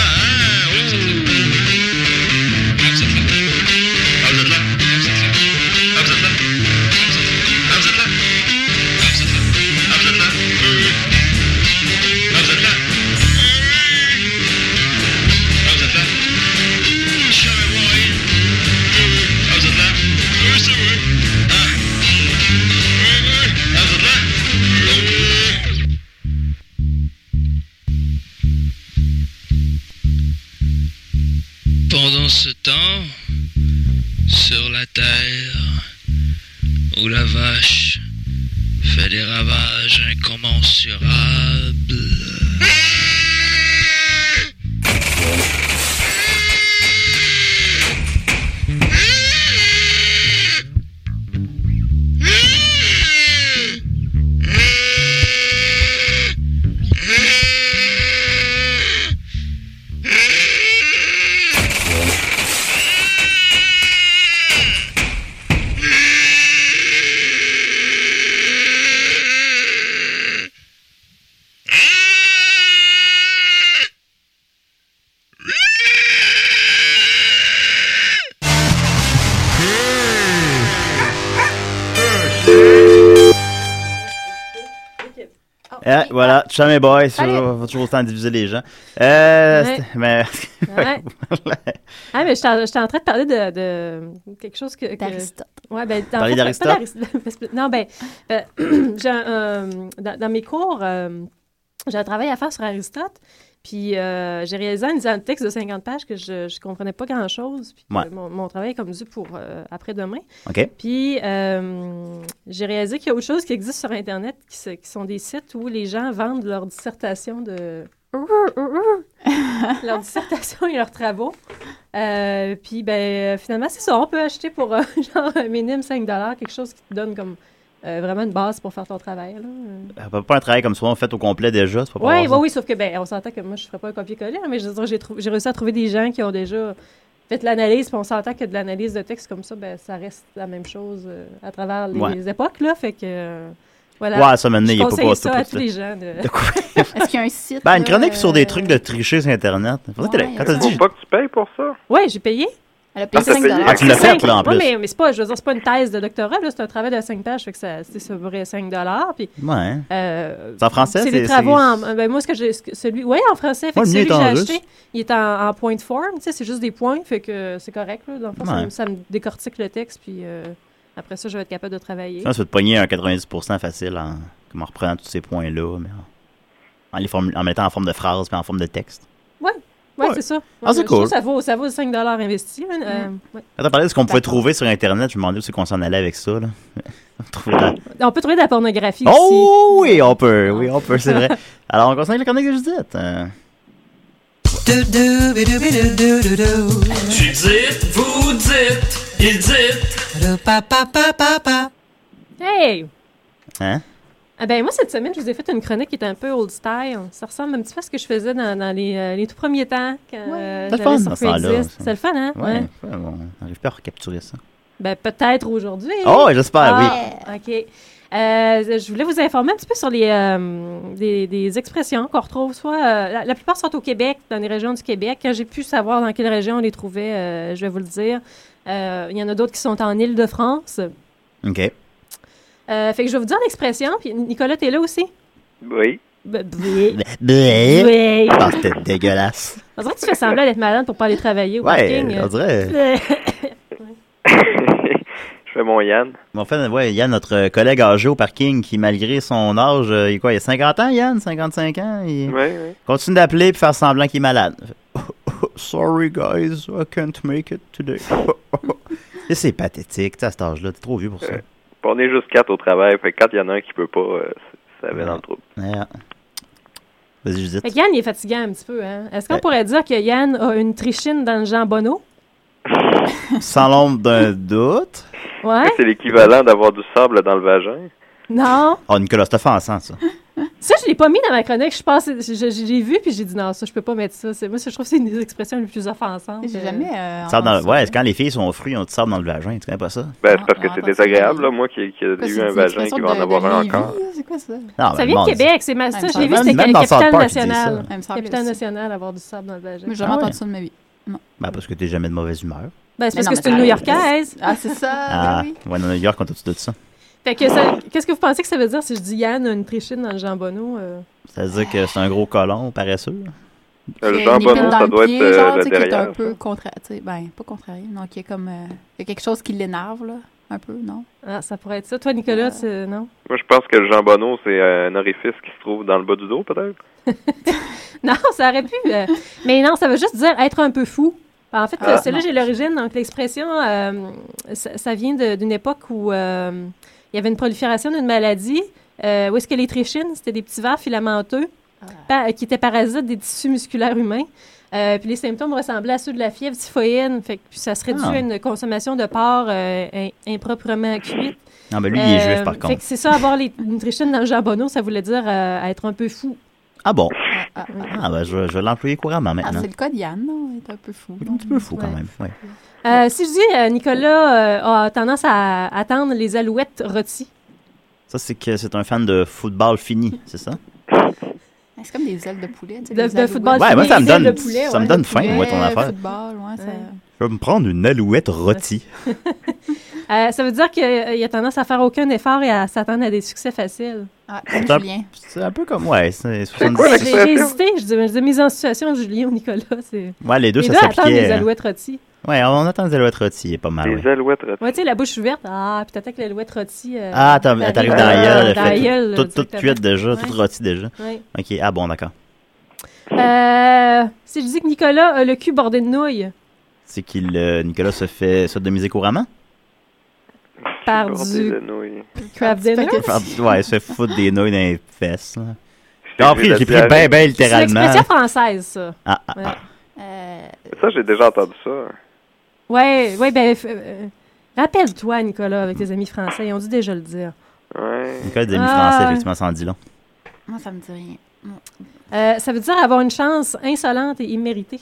Q: Pendant ce temps, sur la terre, où la vache fait des ravages incommensurables.
E: Ah, voilà, Chummy Boy, c'est toujours, faut toujours autant diviser les gens. Euh,
G: Ouais.
E: c'était- mais-
G: Ouais. Ah, mais j'étais en j'étais en train de parler de, de quelque chose que. que-
H: D'Aristote.
G: Ouais, ben, dans-
E: Parler
G: pas- pas
E: d'Aristote?
G: d'Aristote, parce que- non, ben, euh, j'ai un, euh, dans, dans mes cours, euh, j'ai un travail à faire sur Aristote. Puis euh, j'ai réalisé en lisant un texte de 50 pages que je ne comprenais pas grand-chose. Puis que
E: Ouais.
G: mon, mon travail est comme dû pour euh, après-demain.
E: OK.
G: Puis euh, j'ai réalisé qu'il y a autre chose qui existe sur Internet qui, se- qui sont des sites où les gens vendent leur dissertation de. leur dissertation et leurs travaux. Euh, puis, ben, euh, finalement, c'est ça. On peut acheter pour euh, genre un minimum 5 quelque chose qui te donne comme euh, vraiment une base pour faire ton travail. là. Euh,
E: Pas- pas un travail comme ça, on fait au complet déjà, c'est pas pour
G: Ouais,
E: avoir
G: ouais, oui, sauf que ben, on s'entend que moi, je ne ferais pas un copier-coller, hein, mais je veux dire, j'ai trou- j'ai réussi à trouver des gens qui ont déjà fait l'analyse, puis on s'entend que de l'analyse de texte comme ça, ben, ça reste la même chose euh, à travers les,
E: Ouais.
G: les époques, là, fait que... euh, voilà.
E: Ouais, ça, maintenant,
G: Je
E: il y a pas
G: conseille
E: pas-
G: ça
E: pas
G: à
E: tout
G: tous
E: de
G: les
E: suite.
G: gens. de-
E: De quoi?
H: Est-ce qu'il y a un site?
E: Ben, une chronique
H: là,
E: sur des
H: euh,
E: trucs de tricher sur Internet. Faudrait que t'aies-
H: Ouais,
E: quand t'as
H: ouais.
E: dit.
H: Faut
N: tu payes pour ça?
G: Ouais, j'ai payé.
H: Elle a
E: Ah,
H: payé
E: t'as
H: 5
E: payé? Ah, tu l'as fait, là, en
G: Ouais,
E: plus.
G: mais, mais c'est pas, je veux dire, c'est pas une thèse de doctorat, là, c'est un travail de 5 pages, fait que ça, c'est ça vaut 5 puis...
E: Ouais. hein.
G: euh,
E: C'est en français,
G: C'est des
E: c'est-
G: travaux
E: c'est-
G: en... Ben, moi, ce que j'ai... ce que- Celui... Oui, en français. Fait
E: Ouais,
G: que
E: le mien
G: celui que
E: est
G: j'ai
E: en russe.
G: acheté, il est en, en point de forme, tu sais, c'est juste des points, fait que c'est correct, là. Dans le fond, ça,
E: Ouais.
G: me- ça me décortique le texte, puis euh, après ça, je vais être capable de travailler.
E: Sinon, tu peux Ah, te pogner un 90% facile en, comme en reprenant tous ces points-là, mais en, en les formu- en mettant en forme de phrase puis en forme de texte.
G: Ouais, ouais, c'est ça.
E: Ah, c'est
G: Je trouve
E: cool.
G: Ça vaut, ça vaut 5 investis, hein, euh, ouais.
E: Quand t'as parlé de ce qu'on pouvait trouver sur Internet, je me demandais où c'est qu'on s'en allait avec ça. Là. trouver de la-
G: On peut trouver de la pornographie aussi.
E: Oh oui, on peut, oui, on peut, c'est vrai. Alors, on conseille la chronique de Judith. euh.
R: Tu dites, vous dites, ils dites. Papa, papa, papa.
G: Hey!
E: Hein?
G: Ah ben moi, cette semaine, je vous ai fait une chronique qui est un peu old style. Ça ressemble un petit peu à ce que je faisais dans, dans les, euh, les tout premiers temps. Quand, euh,
E: C'est le
G: j'allais
E: fun,
G: sur
E: dans ce temps-là,
G: Craigslist.
E: ça.
G: C'est le fun, hein?
E: Ouais, ouais, on n'arrive pas à recapturer ça.
G: Ben, peut-être aujourd'hui.
E: Oh, j'espère,
G: oui. OK. Euh, je voulais vous informer un petit peu sur les, euh, des, des expressions qu'on retrouve. Soit, euh, la, la plupart sont au Québec, dans les régions du Québec. Quand j'ai pu savoir dans quelle région on les trouvait, euh, je vais vous le dire. Euh, Il y en a d'autres qui sont en Île-de-France.
E: OK.
G: Euh, fait que je vais vous dire l'expression. Puis Nicolas, t'es là aussi?
N: Oui.
G: Ben, oui.
E: Bleh.
G: Oui.
E: Ah, c'était dégueulasse.
G: On dirait que tu fais semblant d'être malade pour pas aller travailler au
E: Ouais,
G: parking.
E: on
G: euh.
E: dirait.
N: Je fais mon Yann.
E: Bon, en fait, ouais, Yann, notre euh, collègue âgé au parking, qui malgré son âge, euh, il, est quoi, il a 50 ans, Yann, 55 ans, il
N: Ouais,
E: continue d'appeler et faire semblant qu'il est malade. Oh, oh, Sorry guys, I can't make it today. Oh, oh, oh. Et C'est pathétique, tu sais, à cet âge-là, t'es trop vieux pour ça.
N: Ouais. Puis On est juste quatre au travail. Fait que quand il y en a un qui peut pas, euh, c'est- ça va
E: Mm.
N: dans le trouble.
E: Ouais. Vas-y, Judith.
G: Fait que Yann, il est fatiguant un petit peu. Hein? Est-ce qu'on
E: Euh.
G: pourrait dire que Yann a une trichine dans le jambonneau?
E: Sans l'ombre d'un doute.
G: Ouais?
N: C'est l'équivalent d'avoir du sable dans le vagin.
G: Non?
E: Oh, Nicolas, c'est Ah, offensant, ça.
G: Ça, je l'ai pas mis dans ma chronique. Je pense, je- je- je l'ai vu, puis j'ai dit non, ça, je peux pas mettre ça. C'est- Moi, je trouve que c'est une des expressions les plus offensantes.
H: J'ai jamais. euh,
E: Sable dans le-
G: Ah,
E: Ouais, c'est quand les filles sont au fruit, on te sable dans le vagin. Tu connais pas ça?
N: Ben, c'est parce que c'est désagréable, là, moi qui, qui ai eu un vagin qui va en avoir un encore.
H: C'est quoi ça?
E: Non,
G: ça
E: ben,
G: vient
E: bon,
G: de Québec, c'est ma... ça,
H: Même
G: je l'ai vu,
H: dans-
G: c'était
E: même
G: Capitale
E: dans South Park, ils disent
G: Nationale.
H: ça. Ah, Il me semble
G: Capitale
H: aussi.
G: nationale, avoir du sable dans le vagin.
H: Moi, j'ai jamais
E: Ah ouais.
H: entendu ça de ma vie.
E: Ben, parce que t'es jamais de mauvaise humeur.
G: Ben, c'est parce
H: Mais non,
G: que
H: mais
G: c'est une
H: ça-
G: New-Yorkaise.
H: Ah, c'est ça.
E: Ah, ouais, dans New York, on t'a tout de ça.
G: Fait que ça- qu'est-ce que vous pensez que ça veut dire si je dis Yann a une trichine dans le jambonneau? euh?
E: Ça veut dire que c'est un gros colon paresseux.
N: Le
H: Une épine
N: jambonneau,
H: dans
N: Euh, ça
H: le
N: doit
H: pied,
N: être euh, le
H: genre, tu sais, qui est
N: derrière.
H: un peu contrarié. Ben, pas contrarié. Non, qui est comme. euh, Il y a quelque chose qui l'énerve, là. Un peu, non?
G: Ah, ça pourrait être ça. Toi, Nicolas,
H: Euh.
G: tu- non?
N: Moi, je pense que le jambonneau, c'est euh, un orifice qui se trouve dans le bas du dos, peut-être.
G: Non, ça aurait pu. euh, mais non, ça veut juste dire être un peu fou. En fait,
N: Ah,
G: euh, c'est là
N: non.
G: j'ai l'origine. Donc, l'expression, euh, ça, ça vient de- d'une époque où euh, il y avait une prolifération d'une maladie. euh, où est-ce que les trichines, c'était des petits vers filamenteux
E: Ah.
G: pa- qui étaient parasites des tissus musculaires humains. Euh, puis les symptômes ressemblaient à ceux de la fièvre typhoïde. Fait que puis ça serait dû
E: Ah.
G: à une consommation de porc euh, im- improprement cuite. Euh,
E: Non, mais lui, il est juif, par
G: fait
E: contre.
G: que C'est ça, avoir les, une trichine dans le jambonneau, ça voulait dire euh, être un peu fou.
E: Ah bon?
H: Ah,
E: Ah, ben, je, je vais l'employer couramment
H: Ah,
E: maintenant.
H: c'est le cas de Yann, non? Il est un peu fou.
E: un petit peu fou quand même. Ouais.
G: Euh, si je dis euh, Nicolas euh, a tendance à attendre les alouettes rôties.
E: Ça, c'est que c'est un fan de football fini, c'est ça?
H: C'est comme des ailes de poulet. tu sais,
G: De-
H: les
G: de
H: alouettes.
G: football
E: Ouais, moi, ça me
G: les ailes
E: donne-
G: de poulet,
E: ça me
G: ouais.
E: donne faim, moi, ton
H: Ouais,
E: affaire.
H: football, ouais, ça-
E: Je vais me prendre une alouette rôtie.
G: Euh, ça veut dire qu'il a tendance à faire aucun effort et à s'attendre à des succès faciles.
H: Ah,
E: C'est un- C'est un peu comme. Ouais, c'est
G: J'ai
E: 70.
G: j'ai hésité, je dis, je dis mise en situation, Julien ou Nicolas. c'est-
E: Ouais, les deux,
G: les
E: ça
G: deux attendent
E: s'appliquait. hein. euh,
G: les alouettes rôties.
E: Ouais, on attend les alouettes rôties, il est pas mal.
N: Les
E: ouais.
N: alouettes rôties.
G: Ouais, tu sais, la bouche ouverte, ah, puis t'attaques l'alouette rôtie. euh,
E: Ah, t'en- t'arrives dans
G: euh,
E: la gueule,
G: dans la
E: fait
G: gueule,
E: toute toute
G: directement.
E: cuite déjà,
G: Ouais.
E: toute rôtie déjà.
G: Ouais.
E: Ok, ah bon, d'accord.
G: Euh, si je dis que Nicolas a le cul bordé de nouilles,
E: C'est qu'il, euh, Nicolas se fait sodomiser couramment?
G: par
N: Bordé
G: du
N: de nouilles.
G: crab dinner.
E: Ouais, il se fait foutre des nouilles dans les fesses. là.
N: J'ai
E: J'ai pris,
N: la
E: j'ai pris
N: diarrhée.
E: ben, ben
G: C'est une
E: littéralement.
G: expression française, ça.
E: Ah, ah,
G: Ouais.
E: ah.
H: Euh,
E: ben-
N: Ça, j'ai déjà entendu ça.
G: Ouais, ouais, ben. f- euh, Rappelle-toi, Nicolas, avec tes amis français, ils ont dû déjà le dire.
N: Ouais.
E: Nicolas des amis
G: Ah,
E: français,
G: ouais.
E: effectivement, s'en dit long.
H: Moi, ça me dit rien.
G: Euh, ça veut dire avoir une chance insolente et imméritée.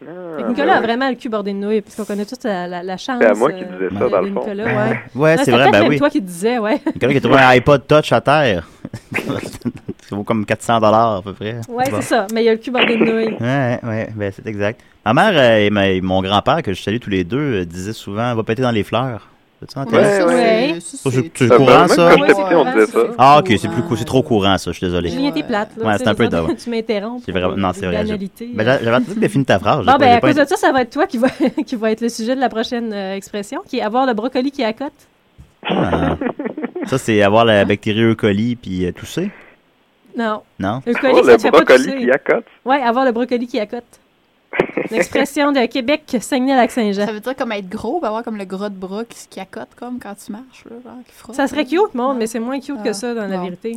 G: Fait que Nicolas a vraiment le cul bordé de nouilles, parce qu'on connaît tous la, la- la chance.
N: Ah, ben C'est à moi qui
G: euh,
N: disais ça,
G: de-
N: dans
G: de
N: le fond.
G: Nicolas, ouais. Ah,
E: Ouais,
G: Non,
E: c'est
G: c'était
E: vrai,
G: peut-être
E: ben
G: même
E: oui.
G: toi qui disais, ouais.
E: Nicolas qui a trouvé un iPod Touch à terre. ça vaut comme 400 dollars à peu près.
G: Ouais,
E: Bon.
G: c'est ça, mais il y a le cul bordé de nouilles.
E: Ouais, ouais, ben c'est exact. Ma mère euh, et, ma- et mon grand-père, que je salue tous les deux, euh, disaient souvent va péter dans les fleurs. Tu
H: Ouais, ouais,
G: Ouais.
H: euh, ça,
E: Ça, c'est-
H: c'est- hein.
E: c'est
N: Ça,
E: courant,
N: ben,
E: ça?
N: Même quand j'étais petit, on disait ça.
E: Ah, ok, c'est plus cou- c'est trop courant, ça, je suis désolé.
G: Julien, t'es plate. là,
E: Ouais,
G: tu sais,
E: c'est un peu
G: les autres,
E: dommage.
G: Tu m'interromps.
E: C'est vrai,
G: pour
E: non,
G: des
E: c'est vrai. je-
G: banalités,
E: Ben,
G: euh.
E: j'a- J'avais entendu que définir ta phrase. j'ai
G: Bon,
E: pas-
G: ben,
E: j'ai
G: à
E: pas
G: cause
E: été-
G: de ça, ça va être toi qui va, qui va être le sujet de la prochaine euh, expression, qui est avoir le brocoli qui accote.
E: Ah. Ça, c'est avoir la bactérie E. coli puis euh, tousser,
G: Non.
E: non?
G: Le
N: Oh,
G: colis, ça
N: le
G: te fait pas
N: brocoli qui
G: tousser.
N: accote.
G: Oui, avoir le brocoli qui accote. Une expression de Québec,
H: Ça
G: Saguenay-Lac-Saint-Jean.
H: veut dire comme être gros, puis avoir comme le gros de bras qui, qui accote comme quand tu marches, là, Ah, genre, qui frotte.
G: Ça serait cute, monde, mais c'est moins cute
H: Ah,
G: que ça dans la
H: bon.
G: vérité.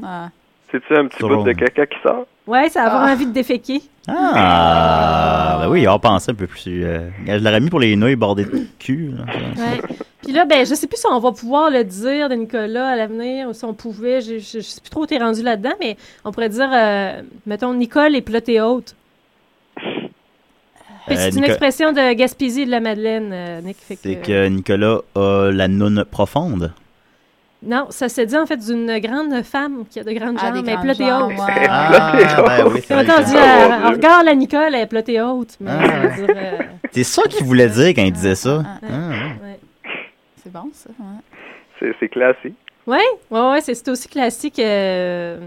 N: C'est-tu un petit
E: C'est
N: bout
E: bon.
N: de caca qui sort?
G: Ouais, ça avoir envie de déféquer.
E: Ah, ben oui, on pensait un peu plus. euh, je l'aurais mis pour les nouilles bordées de cul. là, ça.
G: Ouais. Puis là, ben, je sais plus si on va pouvoir le dire de Nicolas à l'avenir ou si on pouvait. Je, je, je sais plus trop où t'es rendu là-dedans, mais on pourrait dire, euh, mettons, Nicole et puis là, t'es haute. Puis
E: Euh,
G: c'est une
E: Nico-
G: expression de Gaspésie et de la Madeleine, euh, Nick. Fait
E: C'est que Nicolas a la noune profonde.
G: Non, ça se dit en fait d'une grande femme qui a de grandes
H: Ah,
G: jambes,
H: des
G: mais
H: grandes
G: plotée
H: jambes,
G: haute.
H: ouais.
E: Ah, ben oui, c'est
G: C'est quand on dit,
E: vrai.
G: euh,
N: mon Dieu.
G: on regarde la Nicole, elle est plotée haute. Mais
E: Ah.
G: ça veut dire, euh,
E: C'est ça qu'il voulait dire quand il disait ça. Ah, ouais.
G: ouais.
H: C'est bon, ça. Ouais.
N: C'est c'est classique.
G: Oui, ouais, ouais, c'est c'est aussi classique. euh,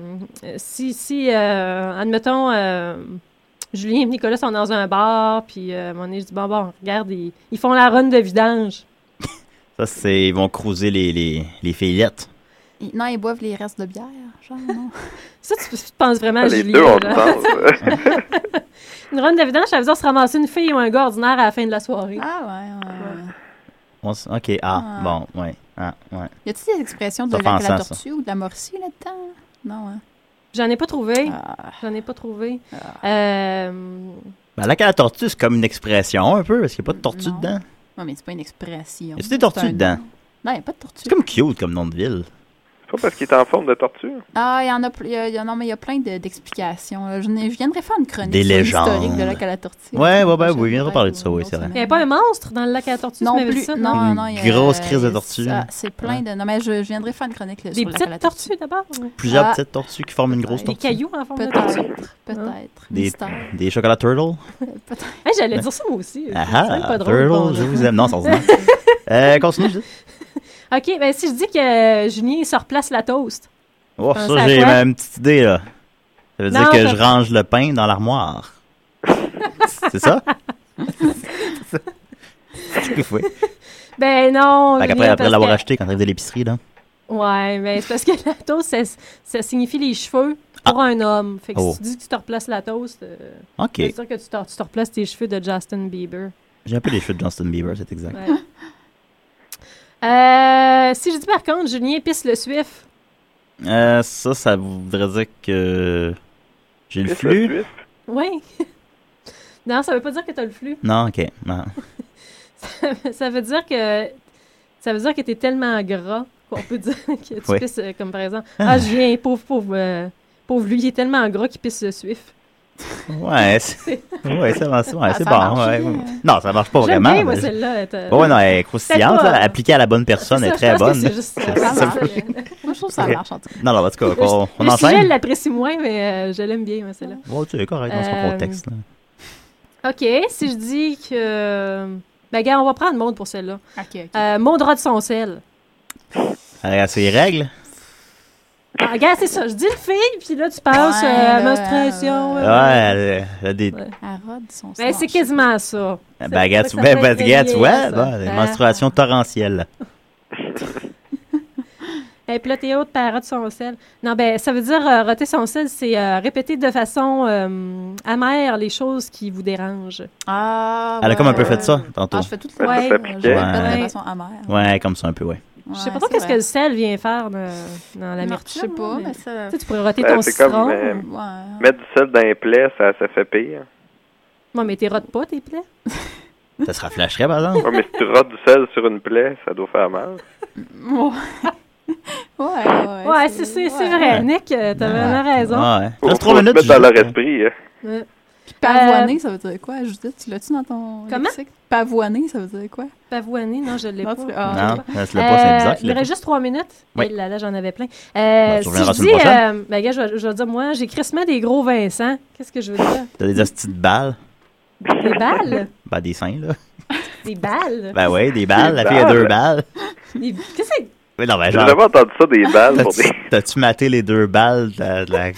G: euh, si, si euh, admettons, euh, Julien et Nicolas sont dans un bar, puis euh, à un moment donné, je dis, bon, bon, regarde, ils, ils font la run de vidange.
E: Ça, c'est. Ils vont cruiser les, les, les fillettes.
H: Ils- non, ils boivent les restes de bière, genre, non?
G: Ça, tu, tu penses vraiment à
N: les
G: Julien.
N: deux, on
G: là.
N: le pense.
G: Une run de vidange, ça veut dire se ramasser une fille ou un gars ordinaire à la fin de la soirée.
H: ah, ouais, ouais. ouais.
E: On s- ok, ah,
H: Ah.
E: bon, ouais. Ah, ouais.
H: Y a-t-il des expressions de
E: Ça fait
H: la,
E: un
H: que la
E: sens, ça.
H: tortue ou de la morcille là-dedans? Non, hein?
G: J'en ai pas trouvé.
H: Ah.
G: J'en ai pas trouvé. Euh,
E: Ben, la canne à tortue, c'est comme une expression un peu, parce qu'il n'y a pas de tortue
H: Non.
E: dedans.
H: Ouais, mais c'est pas une expression.
E: Y a-tu des
H: C'est
E: tortues
H: un
E: dedans?
H: nom. Non, y a pas de tortue.
E: C'est comme cute comme nom de ville.
N: C'est pas parce qu'il est en forme de torture.
H: Ah, il y en a, pl- il y a- il y en a- non, mais il y a plein de- d'explications. là. je, n'ai- je viendrai faire une chronique
E: Des
H: sur
E: légendes.
H: l'historique de Lac à la Tortue.
E: Ouais, ouais, ouais, oui, viendra parler de ça, oui, c'est vrai.
G: Il n'y avait pas un monstre dans le lac à la tortue,
H: Non
G: tu m'avais dit
H: plus.
G: ça,
H: non, non, il y a-
E: Grosse crise de tortue.
H: Ah, c'est plein de. Non, mais je, je viendrai faire une chronique là,
G: Des
H: sur Lac à la
G: petites tortues d'abord. ou-
E: Plusieurs
H: Ah.
E: petites tortues qui forment une grosse
G: Des
E: tortue.
G: Ben, cailloux en forme de tortue.
H: Peut-être, peut-être.
E: Des,
H: Mystère.
E: des chocolats turtle.
G: Hey, J'allais dire ça moi aussi.
E: Ah
G: C'est
E: ah,
G: pas drôle, bon,
E: turtle, je
G: là.
E: vous aime. Non, ça va. euh, continue, je dis.
G: OK, ben si je dis que euh, Julien il se replace la toast.
E: Oh,
G: Euh,
E: ça,
G: ça
E: j'ai
G: fait-
E: ma- une petite idée, là. Ça veut
G: Non,
E: dire que
G: ça-
E: je range le pain dans l'armoire. c'est ça? c'est ça. C'est ce que vous
G: Ben non.
E: Fait
G: Julien,
E: qu'après après
G: parce
E: l'avoir
G: que-
E: acheté quand t'arrives de l'épicerie, là.
G: Ouais, mais c'est parce que la toast, ça, ça signifie les cheveux pour un homme. Fait que
E: Oh.
G: si tu dis que tu te replaces la toast, euh,
E: OK.
G: ça veut dire que tu te, tu te replaces tes cheveux de Justin Bieber.
E: J'ai un peu les cheveux de Justin Bieber, c'est exact.
G: Ouais. Euh, si je dis par contre, Julien pisse le suif.
E: Euh, ça, ça voudrait dire que j'ai le
N: Pisse
E: flux.
N: le
G: Oui. non, ça veut pas dire que t'as le flux.
E: Non, ok. Non.
G: ça veut dire que ça veut dire que t'es tellement gras qu'on peut dire que tu
E: Oui.
G: pisses euh, comme par exemple
E: Ah.
G: ah Julien pauvre pauvre euh, pauvre lui il est tellement gras qu'il pisse le suif.
E: Ouais, c'est ouais, ça marche- ouais,
G: Ah,
E: c'est
G: ça
E: bon.
G: marche
E: ouais.
G: bien. hein.
E: Non, ça marche pas
G: J'aime
E: vraiment.
G: bien, moi,
E: mais-
G: celle-là, elle te-
E: Ouais, non, elle est croustillante.
G: Peut-être pas,
E: là.
G: euh,
E: Appliquée à la bonne personne, elle est
G: C'est ça,
E: très
G: je pense
E: bonne.
G: que c'est juste ça.
E: C'est-
H: Ça
E: c'est-
H: marche. Moi, je trouve que ça marche en tout cas.
E: Non, non, en tout cas,
G: Le-
E: on, on
G: le sujet,
E: enseigne.
G: je l'apprécie moins mais euh, je l'aime bien moi, celle-là.
E: Ouais, tu es correct dans son
G: Euh,
E: contexte. là.
G: OK, si je dis que ben gars, on va prendre Maud pour celle-là.
H: OK.
G: Euh, Maud rate son sel.
E: Elle a ses règles.
G: Ah, regarde, c'est ça, je dis le fille puis là tu passes
H: Ouais,
G: euh,
H: là,
G: menstruation.
E: Ouais,
G: euh,
E: elle, elle a des.
H: Elle rôde son
G: Ben,
H: sang.
G: c'est quasiment ça.
E: Ben,
G: Ça-
E: regarde,
G: ça
E: tu-
G: fait
E: ben, ben,
G: très
E: regarde, tu
G: bien,
E: vois,
G: ça.
E: bon, des
G: Ah.
E: menstruations torrentielles.
G: Et puis là, t'es haute, puis elle rote son sel. Non, ben, ça veut dire euh, roter son sel, c'est euh, répéter de façon euh, amère les choses qui vous dérangent.
H: Ah,
E: Elle a
H: ouais,
E: comme un peu
H: ouais.
E: fait ça tantôt.
H: Ah, je fais toutes les
G: Ouais,
H: ouais,
G: ça
H: je
G: piquait.
H: le fais de
E: Ouais.
H: façon amère.
E: Ouais, comme ça un peu, ouais.
G: je sais
H: Ouais,
G: pas trop
H: c'est
G: qu'est-ce que
H: vrai.
G: le sel vient faire de- dans la
H: Non, je sais pas, mais ça.
G: Tu sais, tu pourrais roter
N: Ben,
G: ton
N: c'est comme,
G: citron.
N: euh,
H: Ouais.
N: Mettre du sel dans les plaies, ça, ça fait pire.
G: Non, mais t'es rotes pas, tes plaies.
E: Ça se rafraîchirait, par exemple.
N: Ouais, mais si tu rotes du sel sur une plaie, ça doit faire mal.
H: Ouais, ouais,
G: Ouais, c'est c'est- c'est
H: ouais.
G: vrai. Nick, euh, t'as vraiment raison.
E: Ouais.
N: Faut,
E: Reste
N: faut
E: trois
N: se
E: minutes.
N: mettre dans
E: Julie.
N: leur esprit. hein.
G: Ouais.
H: Pavoiner, ça veut dire quoi, Judith? Tu l'as-tu dans ton.
G: Euh, Comment?
H: lexique? Pavoiner, ça veut dire quoi?
G: Pavoiné, non, je l'ai
H: Non,
G: pas.
H: tu-
E: Non,
H: ah.
E: ça, c'est le pas, c'est bizarre
G: Euh,
E: qu'il
G: Il
E: l'ait
G: aurait
E: pas.
G: juste trois minutes.
E: Oui.
G: Et là, là, j'en avais plein. Euh,
E: Ben, tu
G: si
E: reviendras
G: je
E: la semaine
G: dis,
E: prochaine.
G: euh, ben, gars, je vais, je vais dire, moi, j'ai crissement des gros Vincent. Qu'est-ce que je veux dire?
E: T'as des hosties de balles.
G: Des balles?
E: Ben, des seins, là.
G: Des balles?
E: Ben, ouais, des balles.
N: Des
E: La fille a
N: balles.
E: deux balles.
G: Des- Qu'est-ce que c'est?
E: Mais non, ben,
N: J'ai
E: genre.
N: jamais entendu ça des balles pour des.
E: T'as-tu- T'as-tu maté les deux balles de la. de la-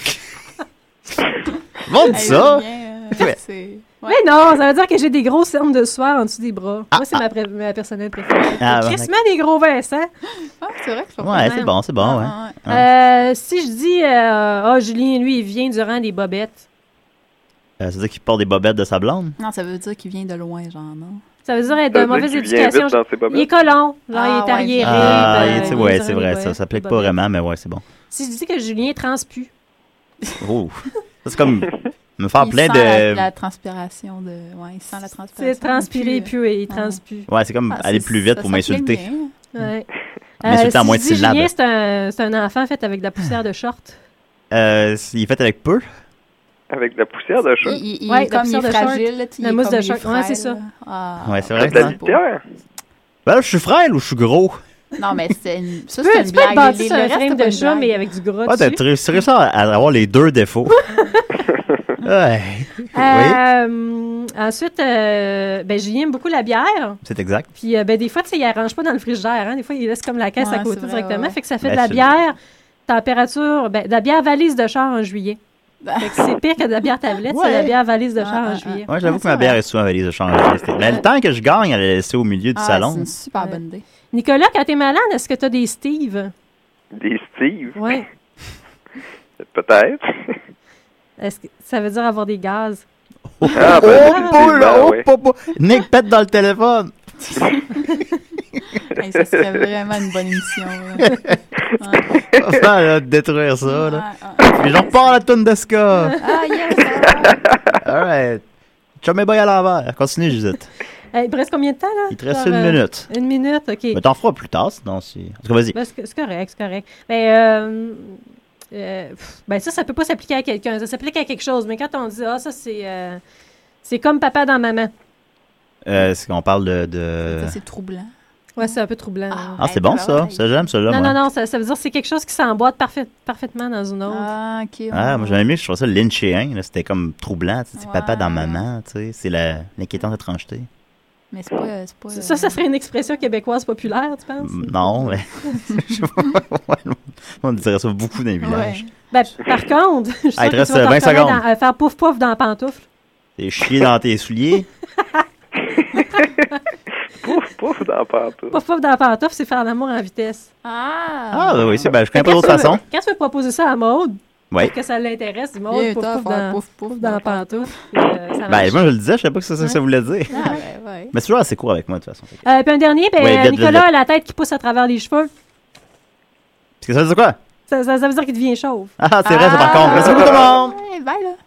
E: Montre ça!
H: Bien,
E: Ouais.
H: euh, c'est. Ouais.
G: Mais non, ça veut dire que j'ai des gros cernes de soir en dessous des bras.
E: Ah,
G: Moi, c'est ma, pré- ma personnelle préférée.
E: Ah, bon,
G: crissement des gros hein? Vincent.
H: Ah, c'est vrai que je
E: Ouais, c'est bon, c'est bon, ouais.
H: Ah,
E: Ouais.
G: Euh, si je dis, euh, oh, Julien, lui, il vient durant des bobettes.
E: Euh, C'est-à-dire qu'il porte des bobettes de sa blonde?
H: Non, ça veut dire qu'il vient de loin, genre, non?
G: Ça veut dire être
N: Ça
G: de
E: Euh,
N: veut dire
G: mauvaise
N: qu'il vient vite
G: éducation.
N: Euh, dans ses
G: Il est
N: bobettes.
G: colon. Genre,
H: Ah,
G: il est
H: ouais.
G: arriéré.
E: Ah,
G: ben,
E: il-
G: il
E: c'est
G: vient
E: ouais,
G: durant
E: c'est
G: des
E: vrai, ça,
G: bobettes,
E: ça
G: des
E: applique pas
G: bobettes.
E: vraiment, mais ouais, c'est bon.
G: Si je dis que Julien transpue.
E: Oh! Ça, c'est comme me faire
H: il
E: Ah, plein
H: sent
E: de.
H: La, la transpiration de. Ouais, il sent la transpiration. euh,
G: C'est transpirer, puis ouais, il transpue.
E: Ouais, c'est comme
H: Ah,
E: aller plus vite pour m'insulter.
H: hein.
G: Ouais. Euh,
E: M'insulter en moins de
G: si je dis
E: syllabes.
G: Julien, c'est un, c'est un enfant fait avec de la poussière de short.
E: Euh, il est fait avec peu.
N: Avec de la poussière de chat.
H: Il, il, il
G: Ouais,
H: est comme il
G: la poussière
H: est
G: de
H: fragile, là, tu- il
G: La
H: est
G: mousse
H: comme
G: de
H: il est
G: choc. Ouais, c'est
H: frêle,
G: ça.
H: là. Ah.
E: Ouais, c'est
N: C'est
E: vrai.
N: de la
E: ça.
N: litière.
E: Ben, je suis frêle ou je suis gros?
H: Non, mais c'est une. Ça,
G: Tu
H: c'est
G: peux,
H: une
G: tu peux te
H: blague.
G: bâtir
H: Les-
G: sur
H: le
G: un
H: reste,
G: frame
H: c'est pas
G: de
H: une
G: chat,
H: blague.
G: mais avec du gras
E: Ouais, t'as
G: dessus.
E: t'as réussi réussi à à avoir les deux défauts. ouais. Oui,
G: Euh, ensuite, euh, ben, Julien aime beaucoup la bière.
E: c'est exact.
G: Puis, euh, ben, des fois, tu sais, il arrange pas dans le frigidaire. Hein. Des fois, il laisse comme la caisse
H: Ouais,
G: à côté
H: c'est vrai,
G: directement.
H: ouais.
G: Fait que ça fait
E: Ben,
G: de la
E: c'est-
G: bière, température, ben, de la bière valise de char en juillet. Fait que c'est pire que de la bière tablette, c'est
E: Ouais.
G: de la bière valise de char
H: Ben. Ah,
G: en
H: ah,
G: juillet.
E: Ouais, j'avoue
H: Ah,
E: que ma
H: ça
E: bière est souvent valise de change. Mais le temps que je gagne, elle est laissée au milieu du
H: Ah, C'est
E: salon.
H: une super bonne idée.
G: Nicolas, quand t'es malade, est-ce que t'as des Steve?
N: Des Steve,
G: Ouais.
N: peut-être.
G: Est-ce que ça veut dire avoir des gaz?
N: Ah, ben,
E: Oh, boule,
N: effectivement,
E: oh,
N: ouais.
E: popo. Nick pète dans le téléphone.
H: Hey, ça serait vraiment une bonne émission. là.
E: On va Ah, détruire ça, là.
H: Ouais, ouais.
E: Puis j'en repars la toune de ska.
H: Ah, yes! ah.
E: Alright. Chummy boy à l'envers. Continue, Judith.
G: Euh, il me reste combien de temps, là?
E: Il te reste
G: Genre,
E: une
G: euh,
E: minute.
G: Une minute, OK.
E: Mais t'en feras plus tard, sinon. c'est- En tout cas, vas-y.
G: Ben, c'est c'est correct, c'est correct. Mais euh, euh, pff, ben ça, ça peut pas s'appliquer à quelqu'un. Ça s'applique à quelque chose. Mais quand on dit, ah, ça, c'est euh, c'est comme papa dans maman.
H: Ben,
E: Euh, est-ce qu'on parle de. de-
G: troublant. Ouais, c'est un peu troublant.
E: Ah, c'est bon, ça. Ça, j'aime, ça, là.
G: non,
E: moi.
G: non, non, ça, ça veut dire que c'est quelque chose qui s'emboîte parfait- parfaitement dans une autre. Ah, OK.
E: Ah, moi, j'aimais mieux, je trouvais ça lynchéen. là. C'était comme troublant. tu sais, C'est papa dans maman, tu sais. C'est la- l'inquiétante étrangeté.
G: Mais c'est pas, Ça, ça serait une expression québécoise populaire, tu penses?
E: Non, mais. je sais pas. Ouais, on dirait ça beaucoup dans les villages.
G: Ben, par contre, je suis
E: Ah, il te
G: sûre que tu
E: reste,
G: vas
E: euh,
G: t'en
E: 20
G: reconnaître
E: secondes.
G: dans- euh, faire pouf-pouf dans la pantoufle.
E: T'es chié dans tes souliers.
N: Pouf, pouf, dans la pantoufle.
G: Pouf pouf dans la pantoufle, c'est faire l'amour en vitesse. Ah!
E: Ah, ben oui, c'est- ben, je connais pas d'autre façon.
G: Quand tu veux proposer ça à Maude,
E: Ouais.
G: pour que ça l'intéresse, dis Maude,
H: Viens,
G: pouf
H: toi,
G: pouf,
H: faire
G: dans,
H: pouf,
G: pouf dans la pantoufle. puis, euh, ça
E: Ben,
G: marche.
E: moi, je le disais, je savais pas que c'est ça que ça voulait dire.
G: Ah, ouais, ouais.
E: Mais c'est toujours assez court avec moi, de toute façon. Est-ce
G: Euh, puis un dernier, ben,
E: Ouais,
G: euh,
E: vite, vite,
G: Nicolas
E: vite.
G: a la tête qui pousse à travers les cheveux.
E: que ça veut dire quoi?
G: Ça, ça- ça veut dire qu'il devient chauve.
E: Ah, c'est vrai, ça, par contre. Merci beaucoup, tout le monde.
G: bye, là.